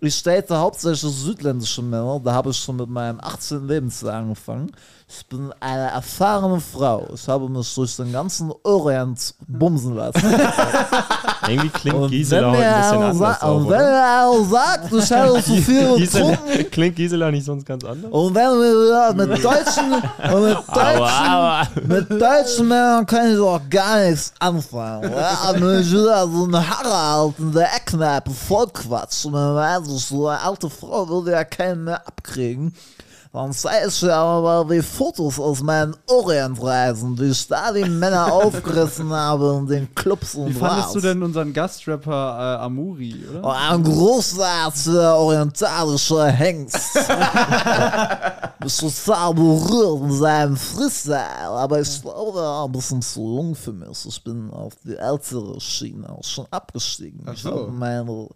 S7: Ich date hauptsächlich südländische Männer. Da habe ich schon mit meinem 18. Lebensjahr angefangen. Ich bin eine erfahrene Frau. Ich habe mich durch den ganzen Orient bumsen lassen.
S3: Irgendwie klingt
S7: Und
S3: Gisela
S7: wenn
S3: heute ein
S7: er
S3: bisschen
S7: auch
S3: anders
S7: sa-
S3: auch,
S7: und wenn
S3: oder?
S7: er auch sagt, ich habe zu viel
S3: Gisela,
S7: getrunken.
S3: klingt Gisela nicht sonst ganz anders?
S7: Und wenn wir mit deutschen, und mit deutschen mit deutschen Männern kann ich doch gar nichts anfangen. Ja, wenn ich wieder so eine Haare halt in der Eckkneipe vollquatschen, dann weiß ich, so eine alte Frau würde ja keinen mehr abkriegen. Dann zeige ich dir aber mal die Fotos aus meinen Orientreisen, die ich da die Männer aufgerissen habe in den Clubs und
S5: Oh,
S2: Wie fandest
S7: Bars.
S2: du denn unseren Gastrapper äh, Amuri, oder?
S7: äh, Oh, ein großartiger orientalischer Hengst. ich total berührt in seinem Freestyle, aber ich glaube, er war ein bisschen zu jung für mich. Also Ich bin auf die ältere Schiene auch schon abgestiegen. Ich
S1: so.
S7: habe meine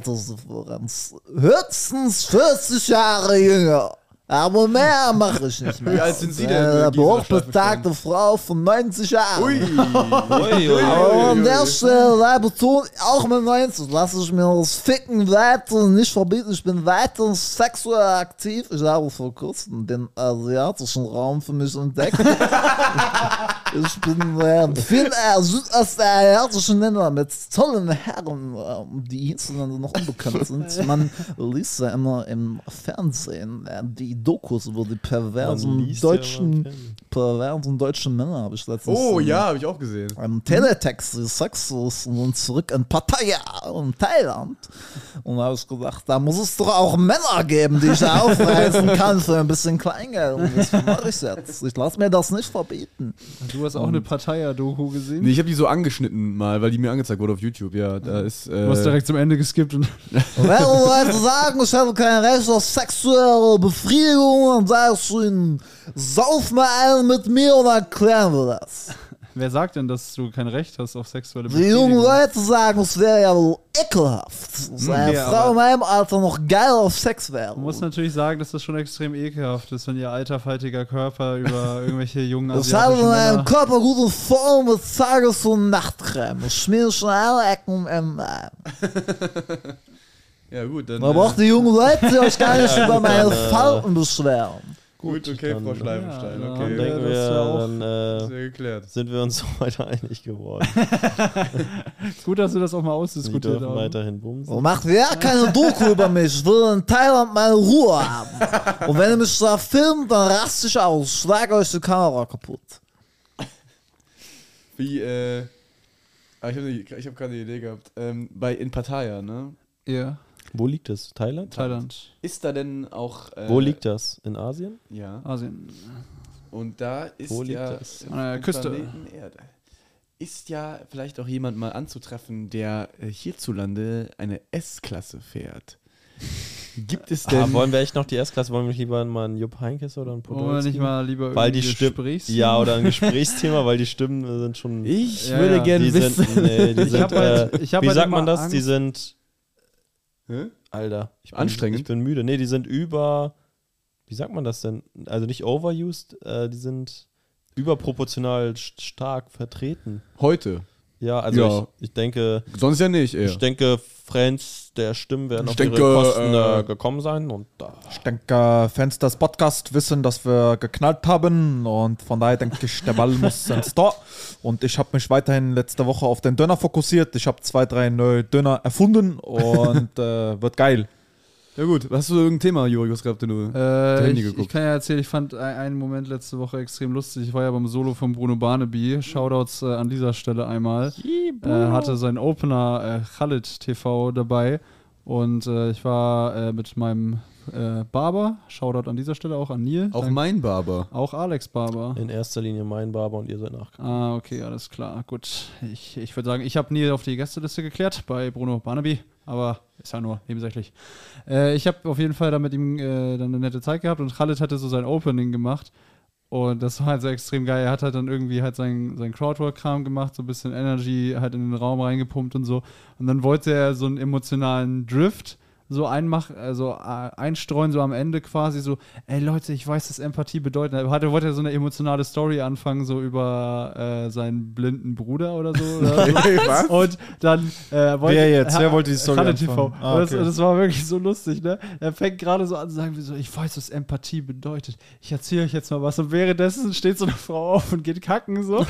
S7: Altersdifferenz höchstens 40 Jahre jünger. Aber mehr mache ich nicht mehr. Äh,
S1: Wie alt sind Sie denn,
S7: Eine
S1: Gisela
S7: hochbetagte Frau von 90 Jahren.
S1: Ui.
S7: Aber an der Stelle sei betont, auch mit 90 lasse ich mir das Ficken weiter nicht verbieten. Ich bin weiterhin sexuell aktiv. Ich habe vor kurzem den asiatischen Raum für mich entdeckt. ich bin äh, viel äh, südostasiatischen Länder mit tollen Herren, äh, die hierzulande noch unbekannt sind. Man liest ja immer im Fernsehen äh, die Dokus über die perversen deutschen, perversen deutschen Männer, habe ich letztens
S1: Oh
S7: äh,
S1: ja, habe ich auch gesehen.
S7: ähm, Teletext, die Sexos und dann zurück in Pattaya und Thailand. Und da habe ich gedacht, da muss es doch auch Männer geben, die ich aufreißen kann für ein bisschen Kleingeld. Und das mache ich jetzt. Ich lasse mir das nicht verbieten.
S2: Du
S3: Oh.
S2: hast auch eine Partei-Doku gesehen.
S1: Nee, ich habe die so angeschnitten mal, weil die mir angezeigt wurde auf YouTube. Ja, da ist. Äh,
S2: Du hast direkt zum Ende geskippt und
S7: Und wenn die Leute sagen, ich habe kein Recht auf sexuelle Befriedigung, dann sage ich zu ihnen, sauf mal einen mit mir und dann klären wir das.
S2: wer sagt denn, dass du kein Recht hast auf sexuelle
S7: Die jungen Leute sagen, es wäre ja wohl ekelhaft, dass eine
S2: Hm, ja,
S7: Frau
S2: aber-
S7: in meinem Alter noch geil auf Sex wäre.
S2: Man muss natürlich sagen, dass das schon extrem ekelhaft ist, wenn ihr alterfaltiger Körper über irgendwelche jungen
S7: Ich habe
S2: asiatischen
S7: meinen
S2: Männer...
S7: Körper gut in Form mit Tages- und Nachtcreme. Ich schmiere schon alle Ecken im Leib.
S1: ja, gut, dann. äh,
S7: Man braucht die jungen Leute, die euch gar nicht über meine Falten beschweren.
S1: gut, okay, Frau Schleifenstein.
S2: ja,
S1: okay,
S3: Dann
S2: Ja,
S3: denken
S2: das
S3: wir,
S2: ist ja auch-
S3: dann äh,
S1: sehr geklärt.
S3: sind wir uns heute einig geworden.
S2: Gut, dass wir das auch mal
S3: Sie
S2: ausdiskutiert
S3: dürfen
S2: haben.
S3: weiterhin bumsen.
S7: Und macht ja keine Doku über mich. Ich will in Thailand meine Ruhe haben. Und wenn ihr mich da filmt, dann raste ich aus. Schlag euch die Kamera kaputt.
S1: Wie, äh. Ah, ich habe ich hab gerade eine Idee gehabt. Ähm, bei in Pattaya, ne?
S2: Ja,
S3: Wo liegt das? Thailand?
S2: Thailand,
S1: Ist da denn auch. Äh,
S3: Wo liegt das? In Asien?
S1: Ja.
S2: Asien.
S1: Und da ist
S3: Wo liegt
S1: ja
S3: das?
S1: auf
S2: An der
S1: dem
S2: Küste.
S1: Planeten Erde. Ist ja vielleicht auch jemand mal anzutreffen, der äh, hierzulande eine S-Klasse fährt. Gibt es
S3: Ah,
S1: denn.
S3: wollen wir echt noch die S-Klasse? Wollen wir lieber mal einen Jupp Heinkes oder einen
S2: Wollen wir
S3: Podolski?
S2: nicht mal lieber
S3: weil die
S2: irgendwie
S3: Stimmen.
S2: Gesprächs-
S3: Ja, oder ein Gesprächsthema, weil die Stimmen sind schon.
S1: ich
S2: Ja,
S1: würde
S2: ja.
S1: gerne
S3: die
S1: wissen.
S3: sind, nee, die
S2: Ich
S3: sind
S2: hab halt-
S3: äh,
S2: ich hab
S3: wie
S2: halt
S3: sagt
S2: immer
S3: man das? Die
S2: Angst.
S3: sind,
S1: Hä?
S3: Alter, ich bin,
S1: Anstrengend.
S3: Ich bin müde. Nee, die sind über, wie sagt man das denn? Also nicht overused, äh, die sind überproportional st- stark vertreten.
S1: Heute.
S3: Ja, also
S1: Ja.
S3: Ich, ich denke,
S1: Sonst ja nicht, eher.
S3: ich denke, Friends der Stimmen werden
S1: Ich
S3: auf
S1: denke,
S3: ihre Kosten
S1: äh,
S3: äh, gekommen sein und da.
S8: Ich denke, Fans des Podcasts wissen, dass wir geknallt haben und von daher denke ich, der Ball muss ins Tor. Und ich habe mich weiterhin letzte Woche auf den Döner fokussiert. Ich habe zwei, drei neue Döner erfunden und äh, wird geil.
S1: Ja, gut. Hast du irgendein Thema, Jurius, gehabt, den du.
S2: Äh,
S1: Handy
S2: ich, ich
S1: geguckt.
S2: kann ja erzählen, ich fand ein- einen Moment letzte Woche extrem lustig. Ich war ja beim Solo von Bruno Barnaby. Shoutouts äh, an dieser Stelle einmal. Äh, hatte seinen Opener äh, Khalid TV dabei. Und äh, ich war äh, mit meinem äh, Barber. Shoutout an dieser Stelle auch an Neil.
S1: auch
S2: Dank-
S1: mein Barber.
S2: auch Alex Barber.
S3: In erster Linie mein Barber und ihr seid nach.
S2: Ah, okay, alles klar. Gut. Ich, ich würde sagen, ich habe Neil auf die Gästeliste geklärt bei Bruno Barnaby, aber ist ja nur nebensächlich. Äh, ich habe auf jeden Fall da mit ihm äh, dann eine nette Zeit gehabt und Khalid hatte so sein Opening gemacht. Und das war halt so extrem geil. Er hat halt dann irgendwie halt sein, sein Crowdwork-Kram gemacht, so ein bisschen Energy halt in den Raum reingepumpt und so. Und dann wollte er so einen emotionalen Drift so einmach, also äh, einstreuen, so am Ende quasi so, ey Leute, ich weiß, dass Empathie bedeutet. Er hatte, wollte ja so eine emotionale Story anfangen, so über äh, seinen blinden Bruder oder so. Oder so. Und dann äh, wollte
S8: Wer jetzt? Wer wollte die Story
S2: Kralle TV.
S8: anfangen? Ah,
S2: Und das,
S8: okay.
S2: das war wirklich so lustig, ne? Er fängt gerade so an zu sagen, wie so, ich weiß, was Empathie bedeutet. Ich erzähle euch jetzt mal was. Und währenddessen steht so eine Frau auf und geht kacken so. Und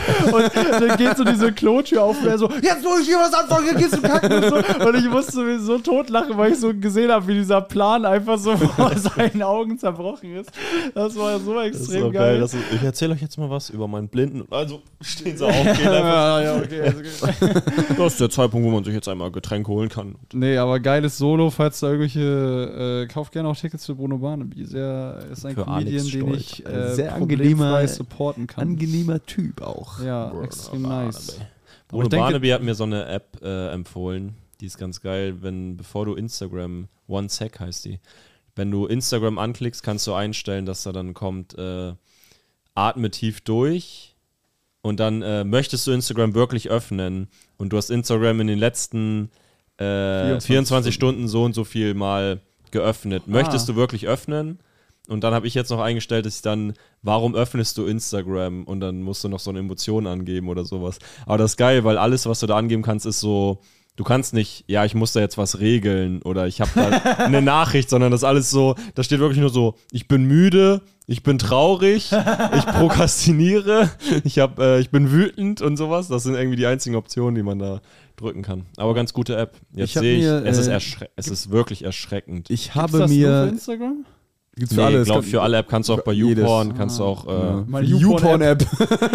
S2: dann geht so diese Klotür auf und er so, jetzt muss ich hier um was anfangen, jetzt gehst du kacken und so. Und ich musste mir so totlachen, weil ich so gesehen habe, wie dieser Plan einfach so vor seinen Augen zerbrochen ist. Das war so
S3: Das
S2: extrem
S3: ist
S2: geil.
S3: doch geil. Das ist, ich erzähle euch jetzt mal was über meinen Blinden. Also stehen sie auf, gehen einfach. Das ist der Zeitpunkt, wo man sich jetzt einmal ein Getränk holen kann.
S2: Nee, aber geiles Solo, falls da irgendwelche, äh, kauft gerne auch Tickets für Bruno Barnaby. Sehr, er ist ein
S3: Für Alex
S2: Comedian, den
S3: Stolt.
S2: ich äh,
S1: Sehr
S2: problemfrei
S1: angenehmer-
S2: supporten kann.
S1: Angenehmer Typ auch.
S2: ja, extrem nice.
S3: Bruno
S2: ich denke-
S3: Barnaby hat mir so eine App äh, empfohlen. Die ist ganz geil, wenn, bevor du Instagram, One Sec heißt die, Wenn du Instagram anklickst, kannst du einstellen, dass da dann kommt, äh, atme tief durch und dann äh, möchtest du Instagram wirklich öffnen und du hast Instagram in den letzten äh, 24,
S1: 24
S3: Stunden so und so viel mal geöffnet.
S1: Ah.
S3: Möchtest du wirklich öffnen? Und dann habe ich jetzt noch eingestellt, dass ich dann, warum öffnest du Instagram? Und dann musst du noch so eine Emotion angeben oder sowas. Aber das ist geil, weil alles, was du da angeben kannst, ist so, du kannst nicht, ja, ich muss da jetzt was regeln oder ich habe da eine Nachricht, sondern das ist alles so, da steht wirklich nur so, ich bin müde, ich bin traurig, ich prokrastiniere, ich, hab, äh, ich bin wütend und sowas. Das sind irgendwie die einzigen Optionen, die man da drücken kann. Aber ganz gute App. Jetzt
S1: Ich hab
S3: sehe ich,
S1: mir,
S3: es, ist
S1: äh,
S3: erschre- es ist wirklich erschreckend.
S1: Ich
S2: Ist
S1: habe
S2: das nur für
S1: mir.
S2: Instagram?
S1: Gibt's
S3: Nee, ich glaube,
S1: es
S3: für alle App kannst du auch bei
S1: jedes.
S3: YouPorn, kannst du auch, äh,
S2: Meine
S1: YouPorn-App.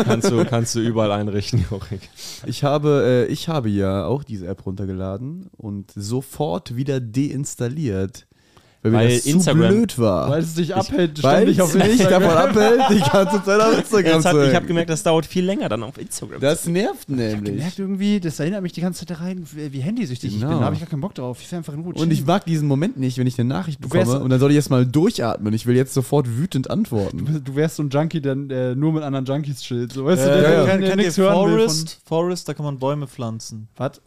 S3: kannst, du, kannst du überall einrichten, Jorik.
S1: Ich habe, äh, ich habe ja auch diese App runtergeladen und sofort wieder deinstalliert. Weil,
S3: Weil
S1: mir das
S3: Instagram-
S1: zu blöd war.
S2: Weil es dich abhält,
S1: weil
S2: ständig
S1: ich
S2: auf
S1: mich
S2: Instagram.
S1: davon abhält, die ganze Zeit auf Instagram zu hängen.
S3: gemerkt, das dauert viel länger dann auf Instagram.
S1: Das nervt
S2: Merkt
S1: nämlich.
S2: irgendwie, das erinnert mich die ganze Zeit daran, wie handysüchtig ich
S1: Genau.
S2: bin. Da habe ich gar keinen Bock drauf. Ich will einfach in Ruhe
S1: Und ich
S2: chillen.
S1: mag diesen Moment nicht, wenn ich eine Nachricht
S2: Du wärst-
S1: bekomme und dann soll ich erstmal durchatmen. Ich will jetzt sofort wütend antworten.
S2: Du wärst so ein Junkie, der, der nur mit anderen Junkies chillt. So,
S5: Äh,
S2: weißt du,
S1: Äh, ja,
S2: der,
S1: ja.
S2: der, der,
S5: Kennt, kennt ihr
S2: nichts hören will von-
S5: Forest? Forest, da kann man Bäume pflanzen.
S2: Was?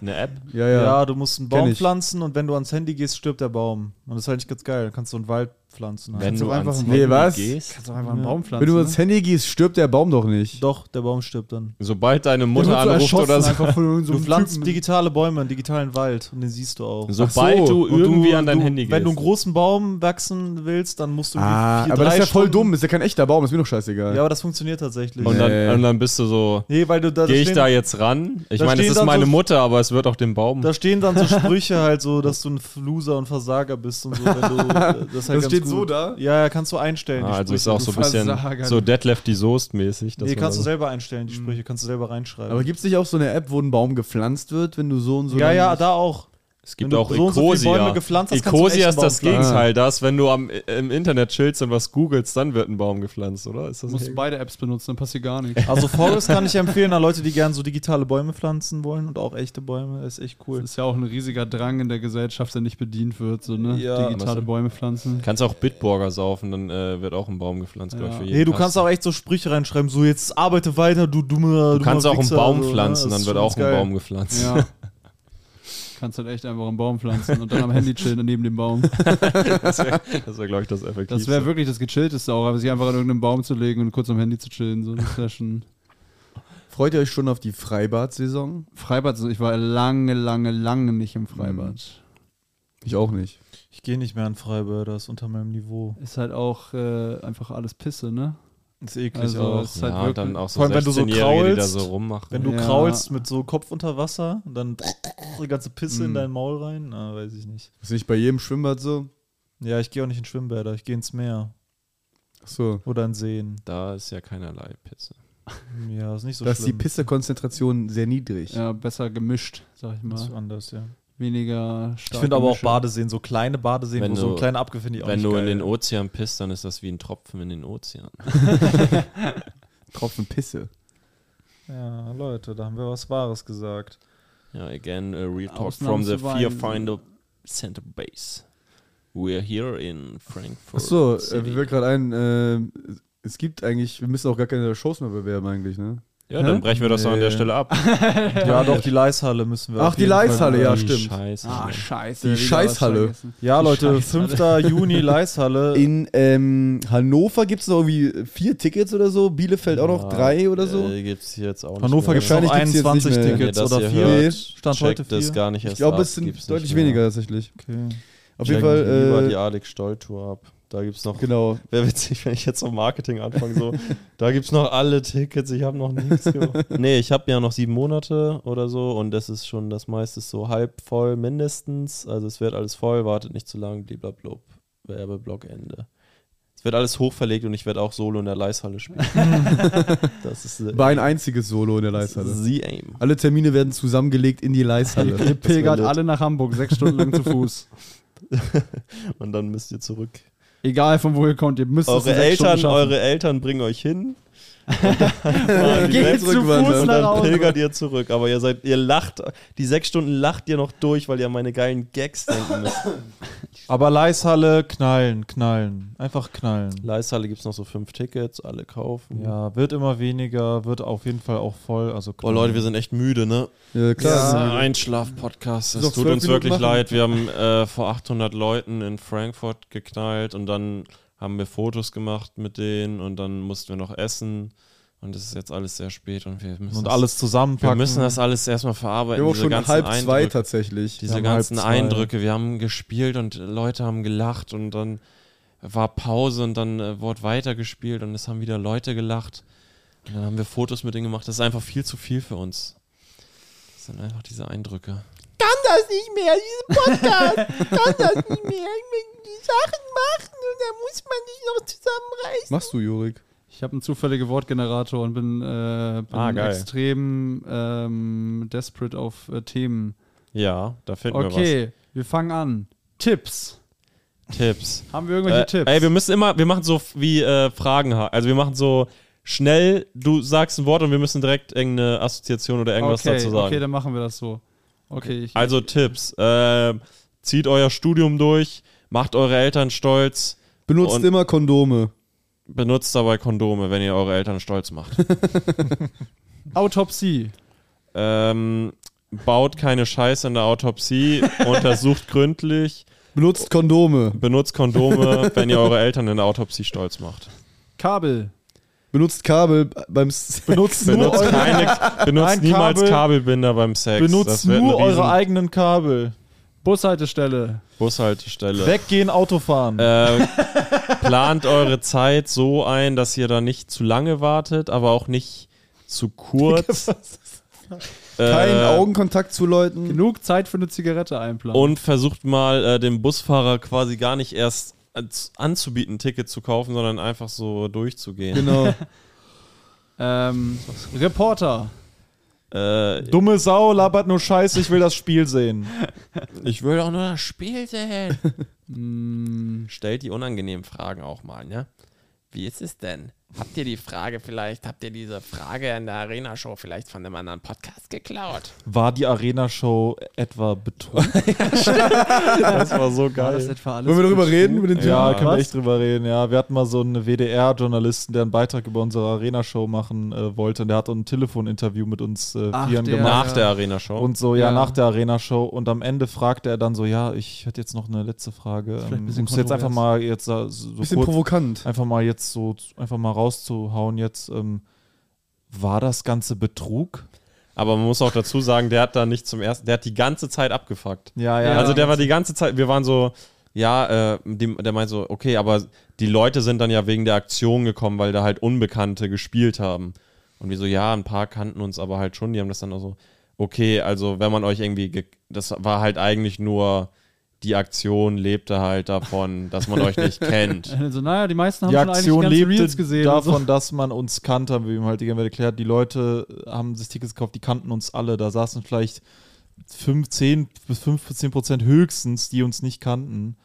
S3: Eine App?
S1: Ja,
S5: Ja,
S1: ja.
S5: du musst einen
S1: Kenn
S5: Baum
S1: ich.
S5: pflanzen und wenn du ans Handy gehst, stirbt der Baum. Und das ist eigentlich ganz geil. Dann kannst du einen Wald pflanzen. Halt.
S3: Wenn
S2: du
S3: du
S2: einfach-
S3: ans
S2: Nee,
S3: Handy
S1: was?
S3: gehst,
S2: Kannst du auch einfach einen Baum pflanzen.
S1: wenn du ans Handy gehst, stirbt der Baum doch nicht.
S5: Doch, der Baum stirbt dann.
S3: sobald deine
S2: Der
S3: Mutter
S2: wird so
S3: anruft
S2: erschossen
S3: oder so,
S2: einfach von irgend so
S5: Du
S2: einem
S5: pflanzt
S2: Typen.
S5: digitale Bäume, einen digitalen Wald und den siehst du auch.
S3: sobald
S1: so.
S3: du
S5: Und
S3: irgendwie an dein
S5: du,
S3: Handy gehst.
S5: Wenn du einen großen Baum wachsen willst, dann musst du irgendwie
S1: Ah,
S5: vier,
S1: aber das
S5: drei
S1: ist ja voll
S5: Stunden-
S1: dumm. Ist ja kein echter Baum, ist mir doch scheißegal.
S5: Ja, aber das funktioniert tatsächlich.
S3: und,
S1: Nee.
S3: dann, und dann bist du so,
S5: nee, weil du da, da
S3: gehe ich
S5: stehen-
S3: da jetzt ran? Ich
S5: da
S3: meine, es
S5: stehen
S3: ist
S5: dann
S3: meine
S5: so-
S3: Mutter, aber es wird auch dem Baum.
S5: Da stehen dann so Sprüche halt so, dass du ein Loser und Versager bist und so. Wenn du, äh, das ist halt ganz
S1: steht
S5: gut.
S1: so da?
S5: Ja, ja, kannst du einstellen.
S3: Ah, also
S5: Sprüche.
S3: ist auch
S2: du
S3: so ein bisschen
S2: Versager.
S3: so Deadlift die Soest mäßig. dass
S5: Nee,
S3: man
S5: kannst du
S3: dann-
S5: selber einstellen,
S1: Mhm.
S5: die Sprüche. Kannst du selber reinschreiben.
S1: Aber gibt es nicht auch so eine App, wo ein Baum gepflanzt wird, wenn du so und so.
S5: ja,
S1: lang-
S5: ja, da auch.
S3: es
S5: wenn
S3: gibt
S5: du
S3: auch
S5: so und so viele
S3: Ecosia.
S5: Bäume gepflanzt hast, kannst du einen
S3: Ecosia
S5: echten
S3: ist das
S5: Baum pflanzen.
S3: Gegenteil. Das, wenn du am, im Internet chillst und was googelst, dann wird ein Baum gepflanzt, oder? Ist das
S2: Musst
S3: nicht-
S2: du beide Apps benutzen, dann passt dir gar nichts.
S5: Also Forest kann ich empfehlen an Leute, die gerne so digitale Bäume pflanzen wollen und auch echte Bäume. Das ist echt cool.
S2: Das ist ja auch ein riesiger Drang in der Gesellschaft, der nicht bedient wird, so, ne?
S5: Ja.
S2: Digitale Bäume pflanzen.
S3: Kannst auch Bitburger saufen, dann äh, wird auch ein Baum gepflanzt, glaub ich, für jeden
S5: Nee, du kannst
S3: Kasten.
S5: auch echt so Sprüche reinschreiben, so jetzt arbeite weiter, du also, dummer.
S3: Du kannst auch einen Baum
S5: ne,
S3: pflanzen, dann wird auch ein Baum
S5: gepflanzt.
S3: gepflanzt.
S2: Ja. Kannst halt echt einfach einen Baum pflanzen und dann am Handy chillen neben dem Baum.
S3: Das wäre, wär, glaube ich, das Effektivste.
S2: Das wäre wirklich das Gechillteste auch, aber sich einfach an irgendeinen Baum zu legen und kurz am Handy zu chillen. So, das wäre schon.
S1: Freut ihr euch schon auf die Freibad-Saison?
S2: Freibad, so, ich war lange, lange, lange nicht im Freibad.
S1: Ich auch nicht.
S5: Ich gehe nicht mehr an Freibäder, ist unter meinem Niveau.
S2: Ist halt auch äh, einfach alles Pisse, ne?
S5: Ist eklig
S2: Also,
S5: auch.
S2: es ist halt
S3: ja, und
S2: wirklich.
S3: dann auch so
S5: Vor allem, wenn du so
S3: 16-Jährige, die da
S5: kraulst,
S3: so rummachen.
S5: Wenn du
S2: Ja.
S5: kraulst mit so Kopf unter Wasser und dann die ganze Pisse in dein Maul rein, na, weiß ich nicht.
S1: Ist nicht bei jedem Schwimmbad so?
S5: Ja, ich gehe auch nicht in Schwimmbäder, ich gehe ins Meer
S1: Achso.
S5: oder in Seen.
S3: da ist ja keinerlei Pisse.
S5: Ja, ist nicht so
S1: Da ist die
S5: schlimm.
S1: Pissekonzentration sehr niedrig.
S2: Ja, besser gemischt, sag ich
S5: ist
S2: mal.
S5: anders, ja.
S2: Weniger stark.
S5: Ich finde aber auch Badeseen, so kleine Badeseen,
S3: Wenn
S5: wo so ein
S3: du-
S5: kleiner Abgriff finde ich auch
S3: Wenn
S5: nicht
S3: du
S5: geil.
S3: in den Ozean pisst, dann ist das wie ein Tropfen in den Ozean.
S1: Tropfen Pisse.
S5: Ja, Leute, da haben wir was Wahres gesagt.
S3: Ja, again, a real talk
S2: Ausnahmen
S3: from the
S2: zu
S3: Fear
S2: weisen.
S3: Finder Center Base. We're here in Frankfurt.
S1: Achso, äh,
S3: City.
S1: mir fällt gerade ein, äh, es gibt eigentlich, wir müssen auch gar keine Shows mehr bewerben eigentlich, ne?
S3: ja, dann brechen wir das doch an der
S1: Nee.
S3: Stelle ab.
S5: Ja, doch, die Leishalle müssen wir.
S1: Ach,
S5: auf
S1: die
S5: jeden Fall-
S1: Leishalle, ja,
S3: Die
S1: stimmt.
S3: Scheiße.
S2: Ah,
S3: Mann.
S2: scheiße.
S1: Die
S2: wieder was
S1: Scheißhalle.
S2: vergessen.
S5: Ja, Leute,
S2: Scheißhalle.
S5: 5. Juni Leishalle.
S1: In ähm, Hannover gibt es noch irgendwie vier Tickets oder so, Bielefeld auch noch
S3: Ja,
S1: drei oder so.
S3: Äh, gibt's hier jetzt auch nicht
S5: Hannover
S3: mehr.
S5: gibt es noch
S1: Wahrscheinlich gibt's jetzt
S5: 21
S1: nicht mehr.
S3: Wenn ihr
S5: Tickets
S3: das
S5: oder
S3: hier
S5: vier.
S3: hört,
S1: Nee,
S5: Stand
S3: checkt
S5: heute
S3: das
S5: vier.
S3: gar nicht erst
S1: ich glaube,
S3: ab.
S1: es sind
S3: Gibt's
S1: deutlich
S3: nicht mehr.
S1: weniger tatsächlich.
S5: Okay.
S1: Auf
S3: Checken
S1: jeden
S3: Sie lieber
S1: Fall,
S3: die
S1: äh,
S3: Alex Stoll-Tour ab. Da gibt's noch
S1: genau.
S3: Wäre witzig, wenn ich jetzt noch Marketing anfange. So, da gibt es noch alle Tickets, ich habe noch nichts gemacht. Nee, ich habe ja noch sieben Monate oder so und das ist schon das meiste so halb voll mindestens. Also es wird alles voll, wartet nicht zu lang, blablabla. Werbeblock Ende. Es wird alles hochverlegt und ich werde auch solo in der Leishalle spielen. das ist äh,
S1: War ein einziges Solo in der Leishalle.
S3: The Aim.
S1: Alle Termine werden zusammengelegt in die
S2: Ihr
S1: Leishalle.
S2: pilgert
S3: lit.
S2: alle nach Hamburg, sechs Stunden lang zu Fuß.
S3: Und dann müsst ihr zurück.
S2: Egal von wo ihr kommt, ihr müsst es in
S3: Eure
S2: sechs Stunden
S3: Eltern,
S2: schaffen.
S3: eure Eltern bringen euch hin. Mann,
S2: Geht
S3: bleibt
S2: zu
S3: zurückwandern.
S2: Fuß
S3: Und
S2: nach
S3: dann
S2: Hause.
S3: pilgert ihr zurück. Aber ihr seid, ihr lacht, die sechs Stunden lacht ihr noch durch, weil ihr an meine geilen Gags denken müsst.
S5: Aber Leishalle knallen, knallen. Einfach knallen.
S3: Leisthalle gibt es noch so fünf Tickets, alle kaufen.
S5: Ja, wird immer weniger, wird auf jeden Fall auch voll. Also
S3: Oh Leute, wir sind echt müde, ne?
S1: Ja,
S3: Das ist
S1: klar.
S3: ein Einschlaf-Podcast.
S1: Noch
S3: Es tut
S1: zwölf
S3: uns
S1: Minuten
S3: wirklich
S1: machen.
S3: leid. Wir haben äh, vor 800 Leuten in Frankfurt geknallt und dann haben wir Fotos gemacht mit denen und dann mussten wir noch essen. Und es ist jetzt alles sehr spät und wir müssen,
S5: und
S3: das,
S5: alles zusammenpacken.
S3: wir müssen das alles erstmal verarbeiten.
S1: Wir haben auch
S3: diese
S1: schon
S3: ganzen
S1: halb zwei
S3: Eindrücke.
S1: tatsächlich.
S3: Diese
S5: haben
S3: ganzen
S5: halb zwei.
S3: Eindrücke, wir haben gespielt und Leute haben gelacht und dann war Pause und dann äh, wurde weitergespielt und es haben wieder Leute gelacht. Und dann haben wir Fotos mit denen gemacht. Das ist einfach viel zu viel für uns. Das sind einfach diese Eindrücke.
S1: Machst du, Jurik?
S2: Ich habe einen zufälligen Wortgenerator und bin, äh, bin
S3: Ah, geil.
S2: extrem ähm, desperate auf äh, Themen.
S3: Ja, da finden wir
S2: Okay, wir fangen an. Tipps.
S3: was. Tipps.
S2: Haben wir irgendwelche
S3: äh,
S2: Tipps?
S3: Ey, wir müssen immer, wir machen so f- wie äh, Fragen. ha- Also wir machen so schnell, du sagst ein Wort und wir müssen direkt irgendeine Assoziation oder irgendwas
S2: okay,
S3: dazu sagen.
S2: Okay, dann machen wir das so. Okay, ich,
S3: Also Tipps. ähm, zieht euer Studium durch, macht eure Eltern stolz,
S1: Benutzt
S3: Und-
S1: immer Kondome.
S3: benutzt dabei Kondome, wenn ihr eure Eltern stolz macht.
S2: Autopsie.
S3: ähm, baut keine Scheiße in der Autopsie, untersucht gründlich,
S1: Benutzt Kondome.
S3: benutzt Kondome, wenn ihr eure Eltern in der Autopsie stolz macht.
S2: Kabel.
S1: Benutzt Kabel beim Sex.
S5: Benutzt nur
S3: Benutzt,
S5: eure,
S3: keine, benutzt
S5: Ein
S3: niemals
S5: Kabel-
S3: Kabelbinder beim Sex.
S5: benutzt
S3: Das wird
S5: nur
S3: eine
S5: eure
S3: riesen
S5: eigenen Kabel.
S2: Bushaltestelle.
S3: Bushaltestelle.
S5: Weggehen, Autofahren.
S3: Ähm, plant eure Zeit so ein, dass ihr da nicht zu lange wartet, aber auch nicht zu kurz.
S1: Kein
S3: Äh,
S1: Augenkontakt zu Leuten.
S2: Genug Zeit für eine Zigarette einplanen.
S3: Und versucht mal äh, dem Busfahrer quasi gar nicht erst als- anzubieten, ein Ticket zu kaufen, sondern einfach so durchzugehen.
S1: Genau.
S2: Ähm, Reporter.
S3: Äh,
S5: Dumme Sau labert nur Scheiße, ich will das Spiel sehen.
S3: ich will auch nur das Spiel sehen.
S1: Hm.
S3: Stellt die unangenehmen Fragen auch mal, ne?
S9: Wie ist es denn? Habt ihr die Frage vielleicht, habt ihr diese Frage in der Arena-Show vielleicht von einem anderen Podcast geklaut?
S5: War die Arena-Show etwa betrunken? das war so
S2: War
S5: geil.
S2: das etwa alles?
S1: Wollen wir darüber reden mit den Typen?
S5: Ja, können wir
S2: Was?
S5: echt drüber reden. Ja, wir hatten mal so einen WDR-Journalisten, der einen Beitrag über unsere Arena-Show machen äh, wollte. Und der hat ein Telefoninterview mit uns äh,
S2: Ach,
S5: Vieren
S2: der-
S5: gemacht.
S3: Nach
S2: ja.
S3: der Arena-Show.
S5: Und so, ja,
S2: Ja.
S5: nach der Arena-Show. Und am Ende fragte er dann so, ja, ich hätte jetzt noch eine letzte Frage.
S2: Vielleicht ein
S5: Ähm,
S2: bisschen
S5: um es jetzt
S2: kontrovers.
S5: einfach mal jetzt so so
S1: Bisschen
S5: kurz
S1: provokant.
S5: einfach mal jetzt so einfach mal rauszuhauen jetzt. Ähm, war das Ganze Betrug?
S3: Aber man muss auch dazu sagen, der hat da nicht zum ersten, der hat die ganze Zeit abgefuckt.
S5: Ja, ja.
S3: also der war die ganze Zeit, wir waren so, ja, äh, die, der meint so, okay, aber die Leute sind dann ja wegen der Aktion gekommen, weil da halt Unbekannte gespielt haben. Und wir so, ja, ein paar kannten uns aber halt schon, die haben das dann auch so, okay, also wenn man euch irgendwie, ge- das war halt eigentlich nur, die Aktion lebte halt davon, dass man euch nicht kennt.
S2: Also, naja, die meisten haben
S5: die
S2: schon
S5: Aktion
S2: eigentlich die ganzen
S5: lebte
S2: Reels gesehen. und
S5: davon, dass man uns kannte, haben wir ihm halt die ganze Zeit erklärt. Die Leute äh, haben sich Tickets gekauft, die kannten uns alle. Da saßen vielleicht 15 bis 15 Prozent höchstens, die uns nicht kannten.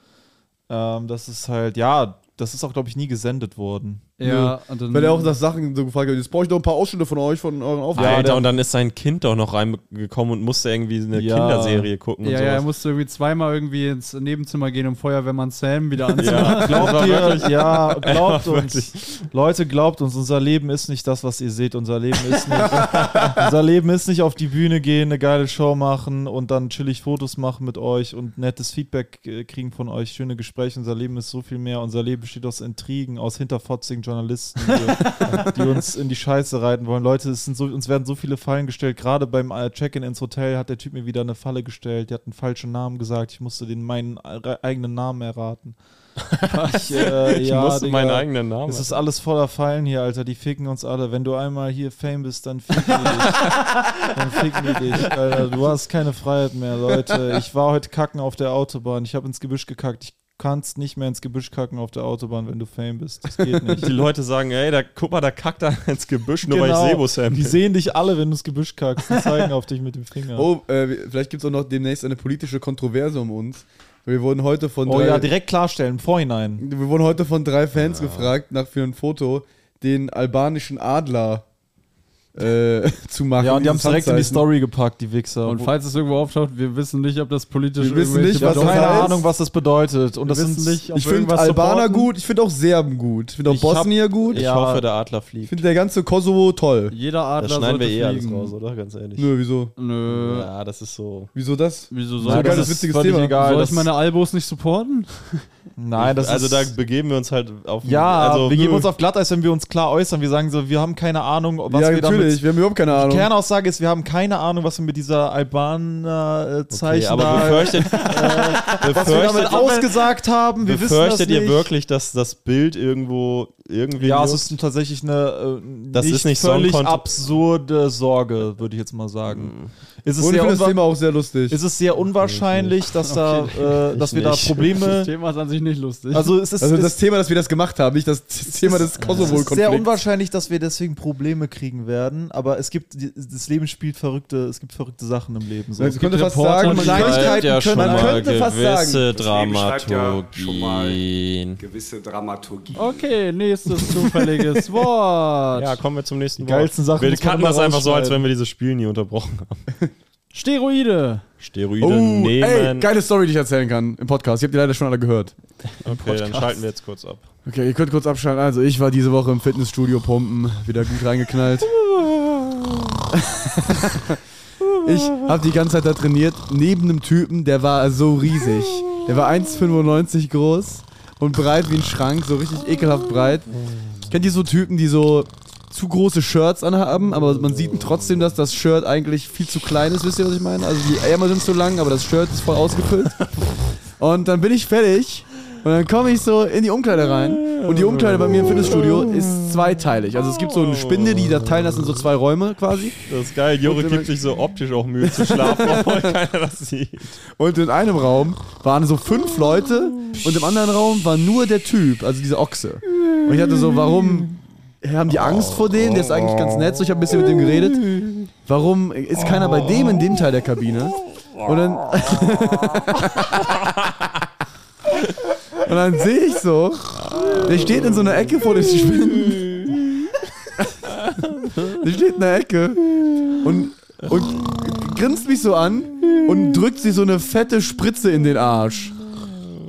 S5: Ähm, das ist halt, ja, das ist auch, glaube ich, nie gesendet worden.
S2: so. Ja, und
S3: Genau.
S2: dann,
S1: Weil er auch nach Sachen so gefragt hat, jetzt brauche ich noch ein paar Ausschnitte von euch, von euren Aufnahmen.
S3: Alter,
S5: der-
S3: und dann ist sein Kind doch noch reingekommen und musste irgendwie eine
S5: Ja.
S3: Kinderserie gucken und
S2: ja, ja,
S3: sowas.
S2: er musste irgendwie zweimal irgendwie ins Nebenzimmer gehen, um Feuerwehrmann Sam wieder anzumachen.
S3: Ja,
S5: Glaubt ihr, ja, glaubt
S3: Ja,
S5: uns. Leute, glaubt uns, unser Leben ist nicht das, was ihr seht. Unser Leben ist nicht, unser Leben ist nicht auf die Bühne gehen, eine geile Show machen und dann chillig Fotos machen mit euch und nettes Feedback äh, kriegen von euch, schöne Gespräche. Unser Leben ist so viel mehr. Unser Leben besteht aus Intrigen, aus hinterfotzigen Journalisten, die, die uns in die Scheiße reiten wollen. Leute, es sind so, uns werden so viele Fallen gestellt. Gerade beim äh, Check-in ins Hotel hat der Typ mir wieder eine Falle gestellt. Der hat einen falschen Namen gesagt. Ich musste den meinen äh, eigenen Namen erraten. Ich, äh,
S3: Ich
S5: ja,
S3: musste
S5: Digga.
S3: meinen eigenen Namen.
S5: Es ist alles voller Fallen hier, Alter. Die ficken uns alle. Wenn du einmal hier Fame bist, dann ficken die dich. Dann ficken die dich, Alter. Du hast keine Freiheit mehr, Leute. Ich war heute kacken auf der Autobahn. Ich habe ins Gebüsch gekackt. Ich kannst nicht mehr ins Gebüsch kacken auf der Autobahn, wenn du Fame bist. Das geht nicht.
S3: Die Leute sagen, ey, da, guck mal, da kackt er ins Gebüsch, nur
S8: Genau.
S3: weil ich Sebosam
S5: Genau. Die
S3: bin.
S5: sehen dich alle, wenn du ins Gebüsch kackst. Die zeigen auf dich mit dem Finger.
S1: Oh, äh, wir- vielleicht gibt es auch noch demnächst eine politische Kontroverse um uns. Wir wurden heute von
S5: Oh
S1: drei,
S5: ja, direkt klarstellen, im Vorhinein.
S1: wir wurden heute von drei Fans gefragt nach für ein Foto. den albanischen Adler äh, zu machen.
S8: Ja, und die haben es
S1: dieses
S8: direkt in die
S1: Handzeichen.
S8: Story gepackt, die Wichser.
S2: Und falls es irgendwo auftaucht, wir wissen nicht, ob das politisch
S1: Wir wissen
S2: irgendwelche
S1: nicht, was das
S8: keine
S2: Bedeutung-
S1: heißt.
S8: Ahnung, was das bedeutet. Und das
S2: wissen
S8: sind
S2: nicht, ob
S1: Ich finde
S8: irgendwas
S1: Albaner
S8: supporten.
S1: gut, ich finde auch Serben gut, ich finde auch
S8: Ich hab-
S1: Bosnier gut.
S3: Ich
S8: Ja.
S3: hoffe, der Adler
S1: Ich
S3: fliegt.
S1: finde der ganze Kosovo toll.
S2: Jeder
S3: Da
S2: Adler
S3: schneiden
S2: sollte
S3: wir eh alles
S2: fliegen.
S3: raus, oder? Ganz ehrlich.
S1: Nö, wieso?
S8: Hm.
S2: Nö.
S3: Ja, das ist so.
S1: Wieso das?
S2: Wieso
S1: So
S2: soll,
S1: ein
S2: das
S1: geiles,
S2: ist,
S1: witziges
S8: völlig
S1: Thema.
S8: egal.
S2: soll
S8: das-
S2: ich meine Albos nicht supporten?
S8: Nein, das
S3: also
S8: ist,
S3: da begeben wir uns halt auf.
S8: ja,
S3: also,
S8: wir geben
S3: nö.
S8: uns auf Glatteis, wenn wir uns klar äußern. Wir sagen so, wir haben keine Ahnung, was
S1: ja,
S8: wir
S1: natürlich, wir haben überhaupt keine
S8: damit...
S1: Ahnung.
S8: Kernaussage ist, wir haben keine Ahnung, was wir mit dieser
S3: Okay,
S8: Albaner-Zeichen
S3: aber
S8: da,
S3: befürchtet,
S8: was wir damit
S3: befürchtet,
S8: ausgesagt haben. Wir wissen das
S3: befürchtet ihr
S8: nicht.
S3: wirklich, dass das Bild irgendwo irgendwie.
S8: Ja, es ist tatsächlich eine äh,
S3: Das ist nicht
S8: völlig
S3: Songkonto-
S8: absurde Sorge, würde ich jetzt mal sagen. Ist es
S1: Und ich
S8: sehr
S1: finde das
S8: unwahr-
S1: Thema auch sehr lustig.
S8: ist es sehr unwahrscheinlich, dass, da, äh, dass wir da
S3: nicht.
S2: Das
S8: Probleme.
S2: Thema ist an sich nicht lustig.
S8: Also, es ist,
S1: also das
S8: es,
S1: Thema, dass wir das gemacht haben, nicht das, das Thema des
S8: es ist
S1: Kosovo-Konflikts.
S8: sehr unwahrscheinlich, dass wir deswegen Probleme kriegen werden. Aber es gibt, die- das Leben spielt verrückte, es gibt verrückte Sachen im Leben. So.
S1: Man könnte fast
S2: Reporter,
S1: sagen,
S2: die
S1: man
S3: Bleibt
S1: Kleinigkeiten
S3: ja schon
S1: können, man
S3: mal
S1: könnte fast sagen.
S3: gewisse
S10: schreibt ja schon mal.
S3: Dramaturgien.
S10: gewisse Dramaturgie.
S2: okay, nächstes zufälliges Wort.
S3: Ja, kommen wir zum nächsten
S8: Die geilsten
S3: Wort.
S8: Sachen
S3: Wir
S8: muss man
S3: kannten
S8: immer
S3: das einfach so, als
S8: rausschneiden.
S3: wenn wir dieses Spiel nie unterbrochen haben.
S2: Steroide.
S3: Steroide
S1: Oh,
S3: nehmen.
S1: ey, geile Story, die ich erzählen kann im Podcast. Ich habe die leider schon alle gehört.
S3: okay, dann schalten wir jetzt kurz ab.
S1: Okay, ihr könnt kurz abschalten. Also, ich war diese Woche im Fitnessstudio pumpen, wieder gut reingeknallt. ich habe die ganze Zeit da trainiert, neben einem Typen, der war so riesig. Der war 1,95 groß und breit wie ein Schrank, so richtig ekelhaft breit. Kennt ihr so Typen, die so zu große Shirts anhaben, aber man sieht trotzdem, dass das Shirt eigentlich viel zu klein ist, wisst ihr, was ich meine? Also die Ärmel sind zu lang, aber das Shirt ist voll ausgefüllt. Und dann bin ich fertig und dann komme ich so in die Umkleide rein. Und die Umkleide bei mir im Fitnessstudio ist zweiteilig. Also es gibt so eine Spinde, die da teilen das in so zwei Räume quasi.
S3: Das ist geil. Jore
S1: Und-
S3: gibt sich so optisch auch Mühe zu schlafen, obwohl keiner das sieht.
S1: Und in einem Raum waren so fünf Leute und im anderen Raum war nur der Typ, also diese Ochse. Und ich hatte so, warum haben die Angst vor denen? Der ist eigentlich ganz nett, so ich habe ein bisschen mit dem geredet. Warum ist keiner bei dem in dem Teil der Kabine? Und dann. und dann sehe ich so, der steht in so einer Ecke vor dem Spinnen. der steht in der Ecke und, und grinst mich so an und drückt sich so eine fette Spritze in den Arsch.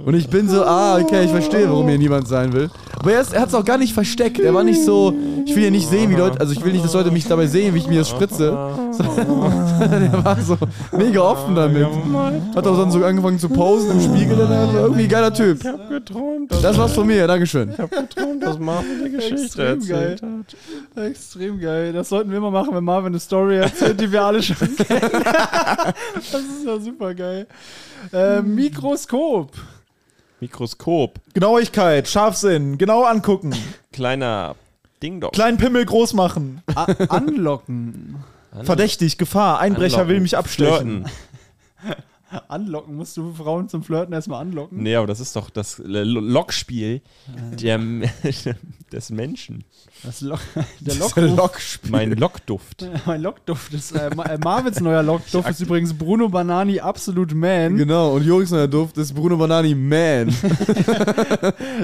S1: Und ich bin so, ah, okay, ich verstehe, warum hier niemand sein will. Aber er, ist- er hat es auch gar nicht versteckt. Er war nicht so, ich will ja nicht sehen, wie Leute, also ich will nicht, dass Leute mich dabei sehen, wie ich mir das spritze. So, er war so mega offen damit. Hat auch dann so angefangen zu posen im Spiegel. Und dann, irgendwie geiler Typ.
S3: Geträumt,
S1: Das war's von mir, Dankeschön.
S3: geträumt, dass Marvin die Geschichte
S2: Extrem geil. Extrem geil. Das sollten wir immer machen, wenn Marvin eine Story erzählt, die wir alle schon kennen. das ist ja super geil. Äh, Mikroskop.
S3: Mikroskop.
S8: Genauigkeit, Scharfsinn, genau angucken,
S3: Kleiner Ding-Dong.
S8: kleinen Pimmel groß machen,
S2: A anlocken.
S8: verdächtig, Gefahr, Einbrecher
S3: Anlocken.
S8: will mich abstechen.
S3: Flirten.
S2: Anlocken musst du Frauen zum Flirten erstmal anlocken.
S3: Nee, aber das ist doch das L- Lockspiel der, des Menschen.
S2: Das Lock, der
S1: Das ist
S2: Lock
S1: ein Lockspiel.
S3: Mein Lockduft.
S2: mein Lockduft ist äh, Ma- äh, Marvins neuer Lockduft ist übrigens Bruno Banani Absolute Man.
S1: Genau, und Joris neuer Duft ist Bruno Banani Man.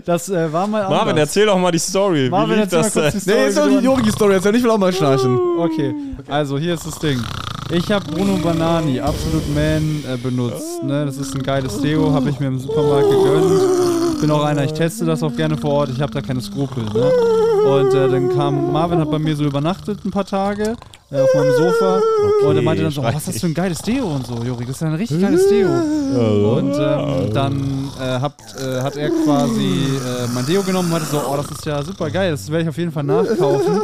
S2: Das äh, war mal anders.
S3: Marvin, erzähl doch mal die Story.
S2: Marvin,
S3: Wie lief
S2: erzähl
S3: das äh,
S2: mal kurz
S3: denn?
S2: die
S1: Nee,
S2: Story,
S1: jetzt soll
S2: wie du
S1: die Joris-Story erzählen, ich will auch mal schnarchen.
S2: Okay, also hier ist das Ding. Ich habe Bruno Banani, absolut Man, äh, benutzt. Ne? Das ist ein geiles Deo, habe ich mir im Supermarkt gegönnt. Ich bin auch einer, ich teste das auch gerne vor Ort, ich habe da keine Skrupel. Ne? Und äh, dann kam Marvin, hat bei mir so übernachtet ein paar Tage äh, auf meinem Sofa. und er meinte dann so, oh,
S3: schrei
S2: was ist das für ein geiles Deo und so, Juri, das ist ja ein richtig geiles Deo. Und ähm, dann äh, hat, äh, hat er quasi äh, mein Deo genommen und hatte so, oh, das ist ja super geil, das werde ich auf jeden Fall nachkaufen.